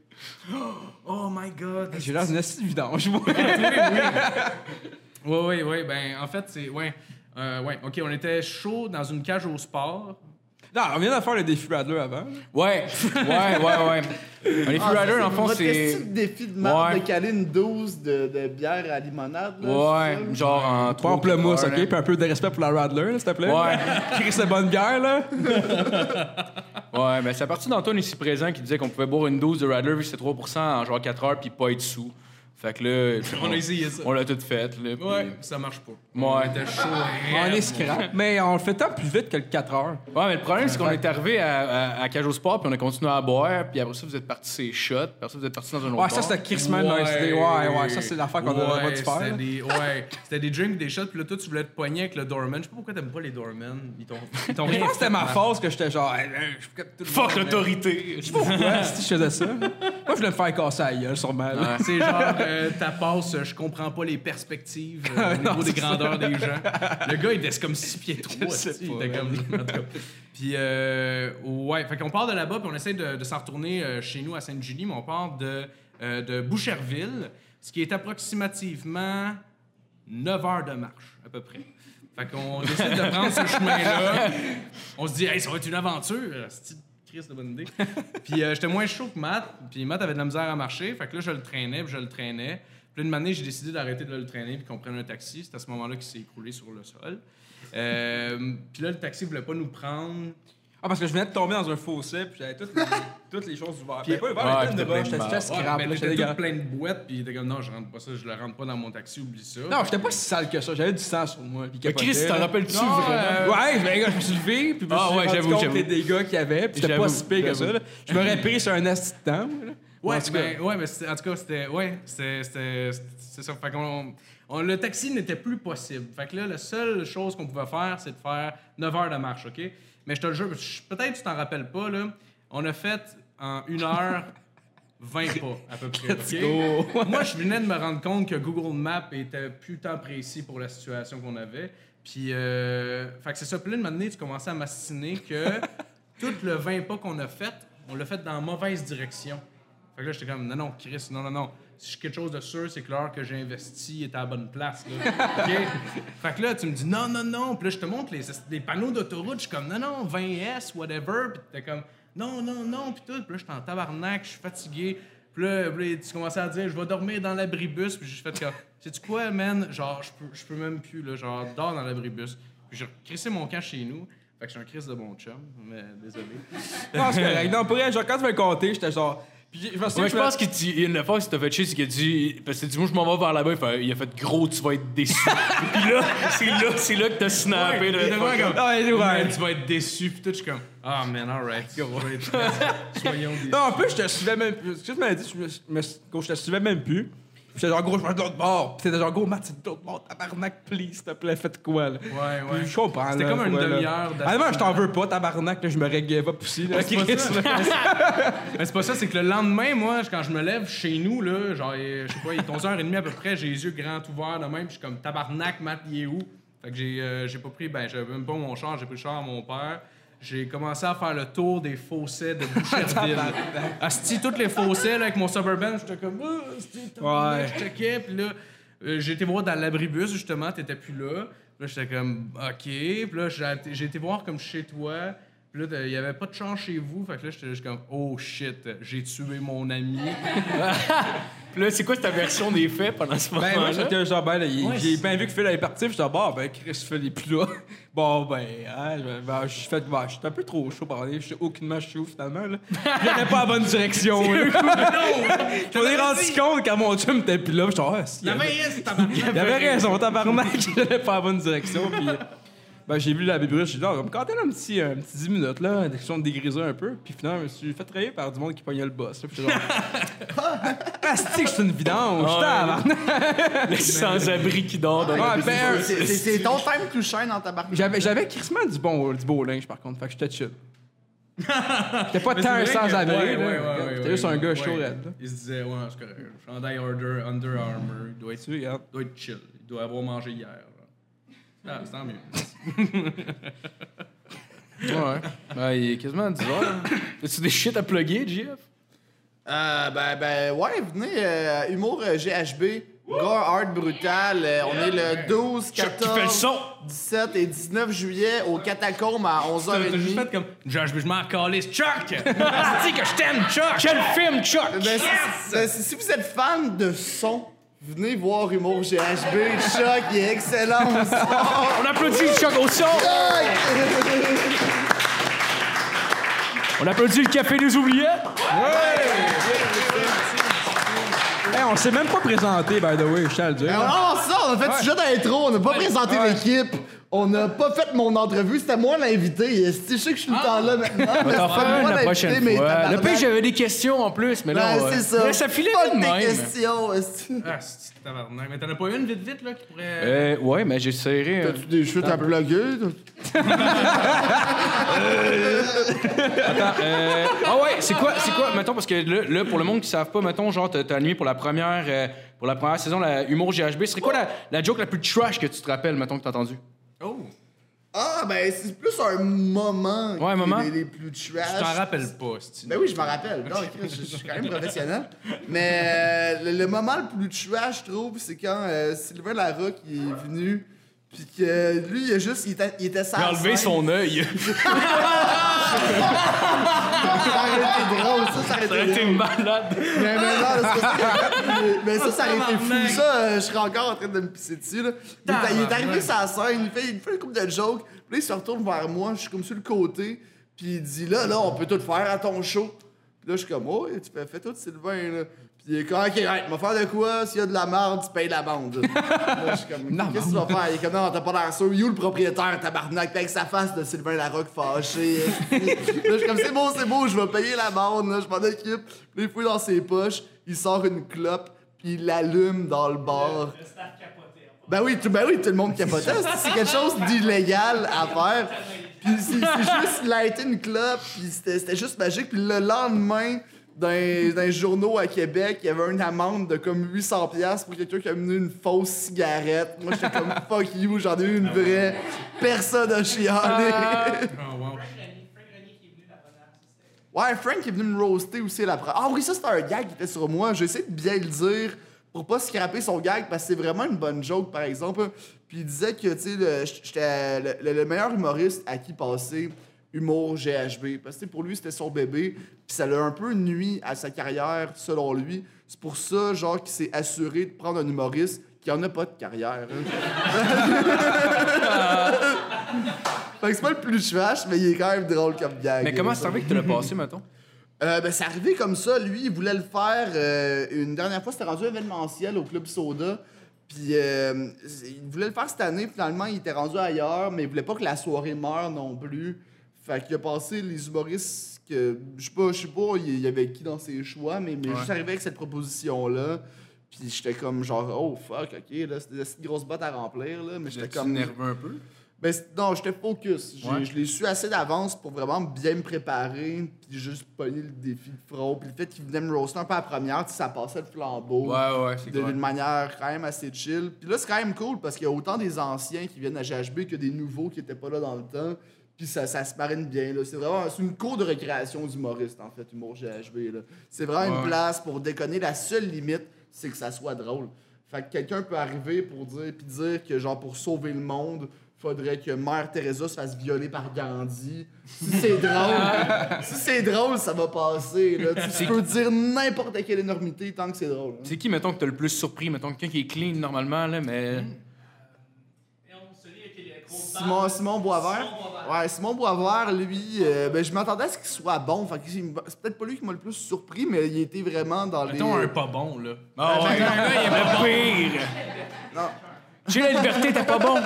D: Oh my god.
F: J'ai l'air d'une assiette vidange, moi.
D: Oui, oui, oui, ben en fait, c'est ouais. Euh, ouais, OK, on était chaud dans une cage au sport.
F: non, on vient de faire le défi Radler avant.
G: Ouais, ouais, ouais, ouais. Les Free
E: Ah, ça,
G: Rider, en fond,
E: votre
G: c'est.
E: esti de défi de marde
G: Ouais.
E: de caler une dose de, de bière à limonade. là, c'est ça?
G: Ouais, genre en trois
F: Pamplemousse,
G: couleurs,
F: ok? Puis un peu de respect pour la Radler, là, s'il te plaît.
G: hein. Ouais.
F: Chris, la bonne bière, là.
G: là. Ouais, ben c'est à partir d'Antoine ici présent qui disait qu'on pouvait boire une dose de Radler vu que c'est 3 en genre 4 heures puis pas être sous. Fait que là,
D: On a essayé ça.
G: On l'a tout fait, là. puis-
D: Ouais, ça marche pas.
G: Ouais.
D: On était chaud.
F: On
D: raide,
F: est scrap. Mais on le fait tant plus vite que le 4 heures.
G: Ouais, mais le problème, c'est qu'on est arrivé à, à, à Cage au Sport, puis on a continué à boire, puis après ça, vous êtes parti ces shots, puis après ça, vous êtes parti dans un autre
F: Ouais, ça,
G: bar.
F: c'était Chris Man nice day. Ouais, ouais, ça, c'est l'affaire qu'on aurait pas dû
D: c'était
F: faire.
D: Des, ouais, c'était des drinks, des shots, puis là, toi, tu voulais te poigner avec le doorman. Je sais pas pourquoi t'aimes pas les doormen. Ils t'ont, ils t'ont
F: Mais Je
D: rien
F: pense que
D: fait,
F: c'était ma
D: man.
F: phase que j'étais genre, Hey, hey, je fais tout le
G: Fuck
F: monde,
G: l'autorité!
F: mais- Ouais, si je faisais ça. Moi, je voulais me faire casser la gueule, sûrement. là.
D: C'est genre, euh, ta passe, euh, je comprends pas les perspectives euh, au niveau des grandeurs des gens. Le gars, il était comme 6 pieds 3. Il était comme. en tout cas. Puis, euh, ouais, fait qu'on part de là-bas, puis on essaie de, de s'en retourner euh, chez nous à Sainte-Julie, mais on part de, euh, de Boucherville, ce qui est approximativement 9 heures de marche, à peu près. Fait qu'on décide de prendre ce chemin-là. On se dit, hey, ça va être une aventure. C'est Chris de bonne idée. puis euh, j'étais moins chaud que Matt. Puis Matt avait de la misère à marcher. Fait que là, je le traînais, puis je le traînais. Puis là, une année, j'ai décidé d'arrêter de le traîner puis qu'on prenne un taxi. C'est à ce moment-là qu'il s'est écroulé sur le sol. Euh, puis là, le taxi voulait pas nous prendre.
F: Ah, parce que je venais de tomber dans un fossé, puis j'avais toutes les, toutes les choses ouvertes.
D: Puis-
F: J'avais pas ouvert
G: Ouais,
F: la
G: puis
F: tête de
G: t'as plein
F: bas,
G: de
F: j'étais
G: barres.
F: j'étais
D: Ouais,
F: scrap,
D: mais
F: là,
D: là,
F: j'étais
D: t'étais tout
F: dégueulasse.
D: plein de boîtes. Puis il était comme, non, je rentre pas ça, je le rentre pas dans mon taxi, oublie ça.
F: Non, j'étais pas si sale que ça, j'avais du sang sur moi. Puis
G: Mais Chris,
F: capotais,
G: t'en
F: là.
G: rappelles-tu
F: Non,
G: vraiment?
F: euh, Ouais, ben, gars, je me suis levé, puis je me
G: Ah,
F: suis
G: ouais,
F: rendu
G: j'avoue,
F: compte
G: j'avoue.
F: des dégâts qu'il y avait, puis c'était pas
G: J'avoue,
F: si pire que ça.
G: j'avoue.
F: là. Je m'aurais pris sur un asti de temps, moi, là.
D: Ouais,
F: En tout cas,
D: ben, ouais, mais c'était- en tout cas, c'était. Ouais, c'était. c'était- C'est ça. Fait qu'on. on- le taxi n'était plus possible. Fait que là, la seule chose qu'on pouvait faire, c'est de faire 9 heures de marche, OK? Mais je te le jure, je- peut-être que tu t'en rappelles pas, là. On a fait en 1 heure 20 pas, à peu près. OK? Moi, je venais de me rendre compte que Google Maps était plus tant précis pour la situation qu'on avait. Puis, euh, fait que c'est ça. Puis là, une matinée, tu commençais à m'assiner que tout le 20 pas qu'on a fait, on l'a fait dans la mauvaise direction. Fait que là, j'étais comme, non, non, Chris, non, non, non. Si j'ai quelque chose de sûr, c'est que l'heure que j'ai investi est à la bonne place. Là. OK? Fait que là, tu me dis, non, non, non. Puis là, je te montre les, les panneaux d'autoroute. Je suis comme, non, non, 20S, whatever. Puis t'es comme, non, non, non. Puis tout. Puis là, j'étais en tabarnak, je suis fatigué. Puis là, puis là, tu commençais à dire, je vais dormir dans l'abribus. Puis j'ai fait comme, sais-tu quoi, man? Genre, je peux, je peux même plus, là. Genre, dors dans l'abribus. Puis j'ai crissé mon camp chez nous. Fait que je suis un Chris de bon chum. Mais désolé.
F: je pense que, non, pour vrai, genre, quand tu me compter, j'étais genre. Puis je me
G: Ouais,
F: souviens,
G: je pense qu'il dit- il y a une fois que t'as fait chier, c'est qu'il a dit. Parce que t'as dit, moi, je m'en vais vers là-bas. Il fait- Il a fait gros, tu vas être déçu. Puis là, c'est là, c'est là que t'as snappé.
D: Ouais,
G: là.
D: il était vraiment comme,
F: Ah, ouais, ouais.
D: Man, tu vas être déçu. Puis tout, je suis comme, ah, man, alright. Soyons déçus.
F: Non, en plus, je te suivais même plus. Ce que tu m'avais dit, je, me- je me- gros, je te suivais même plus. Puis J'étais genre, gros, je vais de l'autre bord. Puis t'étais genre, gros, Matt, c'est de l'autre bord, tabarnak, please, s'il te plaît, faites quoi, là?
D: Ouais, ouais.
F: Puis Je comprends,
D: C'était
F: là,
D: comme une
F: ouais, là.
D: demi-heure d'attente.
F: Honnêtement, je t'en veux pas, tabarnak, là, je me reggae up aussi, là,
D: c'est pas
F: Chris,
D: ça.
F: là.
D: Mais c'est pas ça, c'est que le lendemain, moi, je- quand je me lève chez nous, là, genre, euh, je sais pas, il est 11h30 à peu près, j'ai les yeux grands ouverts de même, puis je suis comme tabarnak, Matt, il est où? Fait que j'ai euh, j'ai pas pris, ben, j'avais même pas mon char, j'ai pris le char à mon père. j'ai commencé à faire le tour des fossés de Boucherville. Asti, toutes les fossés, là, avec mon Suburban, j'étais comme... Ah, asti, tabarnak,
F: Ouais.
D: je checkais, puis là, euh, j'ai été voir dans l'abribus, justement, t'étais plus là. Là, j'étais comme, OK. Puis là, j'ai été- j'ai été voir comme chez toi. Puis là, t'as- il n'y avait pas de chance chez vous. Fait que là, j'étais juste comme, oh shit, j'ai tué mon ami.
G: Puis là, c'est quoi ta version des faits pendant ce
F: Ben, moi,
G: moment-là?
F: j'étais genre, ben, là, il- j'ai bien vu que Phil allait partir, puis j'étais, bah, ben, Chris, Phil est plus là. bon, ben, hein, je ben, je suis fait, ben, je suis un peu trop chaud pour aller, je suis aucunement chaud, finalement, là. J'allais pas à la bonne direction, là. Je m'en ai rendu compte quand mon chum était plus là, puis j'étais, ah, si, il avait- il avait raison, tabarnak, j'allais pas à la bonne direction, puis. Ben, j'ai vu la bibliothèque, j'ai dit, ah, quand elle a un petit, un petit 10 minutes, là, question de dégriser un peu, puis finalement, je me suis fait travailler par du monde qui pognait le boss, là, puis j'étais genre, Asti que je suis une vidange,
G: Ouais.
F: tabarnak.
G: Le sans-abri qui dort dans
F: Ah, ben,
E: C'est- c'est- C'est ton time to shine dans ta barbe.
F: J'avais, j'avais crissement du bon, du beau linge, par contre. Fait que j'étais chill. J'étais pas
D: Mais
F: tant un
D: c'est vrai que-
F: sans-abri,
D: ouais,
F: là.
D: ouais, ouais, ouais,
F: J'étais
D: ouais,
F: juste un gars
D: ouais.
F: chaud, raide, là.
D: Il se disait, ouais, c'est correct. Chandail Order, Under Armour. Il doit être,
F: Tu hein. regardes.
D: doit être chill. Il doit avoir mangé hier. là. Ah, c'est tant mieux.
G: Ouais. Ben, il est quasiment 10 heures. hein. As-tu des shit à plugger, JF?
E: Euh, ben, ben, ouais, venez, euh, humour euh, GHB, gars hard brutal. euh, on est le 12,
G: qui fait le
E: 14,
G: son.
E: 17 et 19 juillet au Catacombe à
D: T'as juste
E: 11h30.
D: fait comme, genre, je je m'en calisse. Chuck! Asti Ah, que je t'aime, Chuck!
G: Quel film, Chuck?
E: Ben, si- ben, si, si vous êtes fan de son, venez voir Humour GHB. Choc, il est excellent. au son.
G: On applaudit le Chuck au son! On applaudit le Café des Oubliettes!
F: Hey, on s'est même pas présenté, by the way, je tiens à le
D: Ah,
F: dire.
E: Alors, on sort, on a fait le sujet d'intro, on n'a pas présenté l'équipe, on n'a pas fait mon entrevue, c'était moi l'invité. esti. Je sais que je suis
D: Ah.
E: tout le temps là maintenant, mais
G: T'en
E: c'était
G: feras une
E: moi
G: la
E: l'invité,
G: prochaine
E: mais
G: fois. Le
E: tabarnak.
G: pire, j'avais des questions en plus, mais là,
E: Ben,
G: on-
E: c'est ça.
G: Là, ça filait
E: Fuck
G: tout de
E: tes
G: même.
E: questions, esti.
D: Ah, c'est tabarnak. Mais t'en as pas une vite, vite, là, qui pourrait.
G: Euh, ouais, mais j'ai serré. euh,
E: T'as-tu des chutes à plugger?
G: Ah ouais, c'est quoi, c'est quoi, mettons, parce que là, là, pour le monde qui savent pas, mettons, genre, t'as t'as animé pour la première, euh, pour la première saison, la Humour GHB, c'est quoi la, la joke la plus trash que tu te rappelles, mettons, que t'as entendue?
D: Oh!
E: Ah, ben c'est plus un moment
G: Ouais,
E: qui
G: moment.
E: est les plus trash.
D: Je t'en rappelle pas, Asti.
E: Ben oui, je m'en rappelle. Non, Chris, je, je suis quand même professionnel. Mais euh, le, le moment le plus trash, je trouve, c'est quand euh, Sylvain Larocque il est venu. Puis que lui, il, a juste, il était, il était sans
G: J'ai enlevé
E: scène.
G: son œil.
E: Ça aurait été drôle, ça, ça aurait été drôle.
G: T'es malade.
E: Mais, mais non, là, c'est parce que- mais ça, ça aurait été fou. Ça, euh, je serais encore en train de me pisser dessus. Là. Il, est, il est arrivé sur la scène, il fait, il fait une couple de jokes. Puis là, il se retourne vers moi, je suis comme sur le côté. Puis il dit Là, là, on peut tout faire à ton show. Puis là, je suis comme Oh, tu peux faire tout, Sylvain. Là. Puis il est comme Ok, right, va faire de quoi S'il y a de la merde, tu payes la bande. là, je suis comme Qu'est-ce que tu vas faire Il est comme Non, t'as pas l'air sûr. You, le propriétaire, tabarnak. Puis avec sa face de Sylvain Larocque fâché. là, je suis comme C'est bon, c'est beau, je vais payer la bande, là, je m'en occupe. Puis il fouille dans ses poches, il sort une clope, puis il l'allume dans le bar. Ben oui, tout, ben oui, tout le monde capotait. C'est- C'est quelque chose d'illégal à faire. Puis c'est c'est juste lighter une clope, puis c'était c'était juste magique. Puis le lendemain, dans les, dans les journaux à Québec, il y avait une amende de comme 800$ piastres pour quelqu'un qui a mené une fausse cigarette. Moi, j'étais comme « fuck you », j'en ai eu une vraie. Personne a chialé.
D: Oh, wow.
E: Ouais, Frank est venu me roaster aussi la première. Ah oui, ça c'était un gag qui était sur moi. J'ai essayé de bien le dire pour pas scraper son gag parce que c'est vraiment une bonne joke, par exemple. Puis il disait que, tu sais, le- j'étais le, le- le meilleur humoriste à qui passer humour GHB. Parce que tu sais, pour lui, c'était son bébé. Puis ça l'a un peu nuit à sa carrière, selon lui. C'est pour ça, genre, qu'il s'est assuré de prendre un humoriste qui en a pas de carrière. hein. fait que c'est pas le plus trash, mais il est quand même drôle comme gag.
G: Mais comment
E: Euh,
G: c'est arrivé que tu l'as passé, mettons?
E: euh, ben, c'est arrivé comme ça. Lui, il voulait le faire euh, une dernière fois. C'était rendu événementiel au Club Soda. Puis, euh, il voulait le faire cette année. Finalement, il était rendu ailleurs, mais il voulait pas que la soirée meure non plus. Fait qu'il a passé les humoristes que. Je sais pas, je sais pas, il y avait qui dans ses choix, mais, mais juste arrivé avec cette proposition-là. Puis j'étais comme genre, oh fuck, ok, là, c'était une grosse botte à remplir, là. Mais j'étais comme.
G: un peu.
E: Ben, c'est- non, j'étais focus. J'ai- Je l'ai su assez d'avance pour vraiment bien me préparer, puis juste pogner le défi de fraude. Puis le fait qu'il venait me roaster un peu à la première, tu sais, ça passait le flambeau.
G: Ouais, ouais, c'est
E: de-
G: clair.
E: D'une manière quand même assez chill. Puis là, c'est quand même cool parce qu'il y a autant des anciens qui viennent à GHB que des nouveaux qui étaient pas là dans le temps. Puis Puis ça, ça se marine bien. là. C'est vraiment c'est une cour de récréation d'humoristes, en fait, humour GHB. là. C'est vraiment une place pour déconner. La seule limite, c'est que ça soit drôle. Fait que quelqu'un peut arriver pour dire, puis dire que, genre, pour sauver le monde, faudrait que Mère Teresa se fasse violer par Gandhi. Si c'est drôle, si c'est drôle, ça va passer. Là. Tu- Tu peux dire n'importe quelle énormité tant que c'est drôle. hein.
G: C'est qui, mettons, que t'as le plus surpris? Mettons, quelqu'un qui est clean normalement, là, mais.
B: Et on se lit avec les gros
E: Simon, Simon Boisvert.
B: Simon Boisvert.
E: Ouais, Simon Boisvert, lui, euh, ben, je m'attendais à ce qu'il soit bon. Fait que c'est c'est peut-être pas lui qui m'a le plus surpris, mais il était vraiment dans les.
D: Mettons un pas bon, là.
G: Ah ouais, non, là, il est pas pire!
E: Non.
G: J'ai la liberté, t'es pas bon!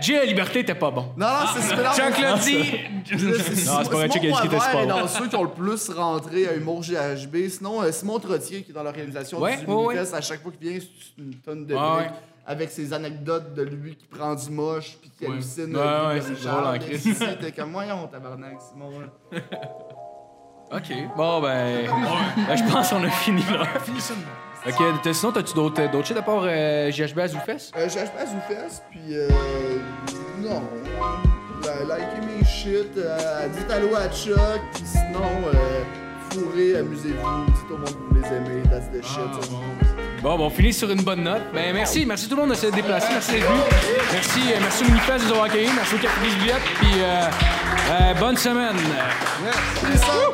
G: J'ai la liberté, t'es pas bon!
E: Non, non, c'est
G: Ah,
E: super.
G: Jean-Claude dit.
E: Non,
C: c'est pas vrai, check
E: Simon
C: Edge qui était
E: Boisvert
C: super
E: est
C: bon.
E: dans ceux qui ont le plus rentré à Humour GHB. Sinon, euh, Simon Trottier, qui est dans l'organisation
G: Ouais,
E: du
G: ouais, ouais.
E: Minifest, à chaque fois qu'il vient, c'est une tonne de
G: Ouais,
E: briques,
G: ouais.
E: Avec ses anecdotes de lui qui prend du moche puis qui hallucine.
G: Ouais,
E: euh,
G: ouais,
E: comme
G: c'est
E: Charles,
G: drôle en
E: mais
G: crise.
E: si, C'était comme, voyons, tabarnak, Simon. là.
G: Ok. Bon, ben. ben, je pense qu'on a fini là. Ok, t'as- sinon, t'as-tu d'autres euh, d'autres shit à part euh, JHB à Zoufest?
E: Euh, je passe aux fesses, puis euh, non. Euh, likez mes shit, euh, dites allô à Chuck, puis sinon, euh, fourrez, amusez-vous, dites au monde que vous les aimez, that's the shit. ça.
G: Bon, ben, on finit sur une bonne note. Ben, merci, merci tout le monde de s'être déplacé. Merci d'être venu. Merci, euh, merci au Minifest de nous avoir accueillis. Merci au Café des Billettes. Puis, euh, euh, bonne semaine.
E: Peace out!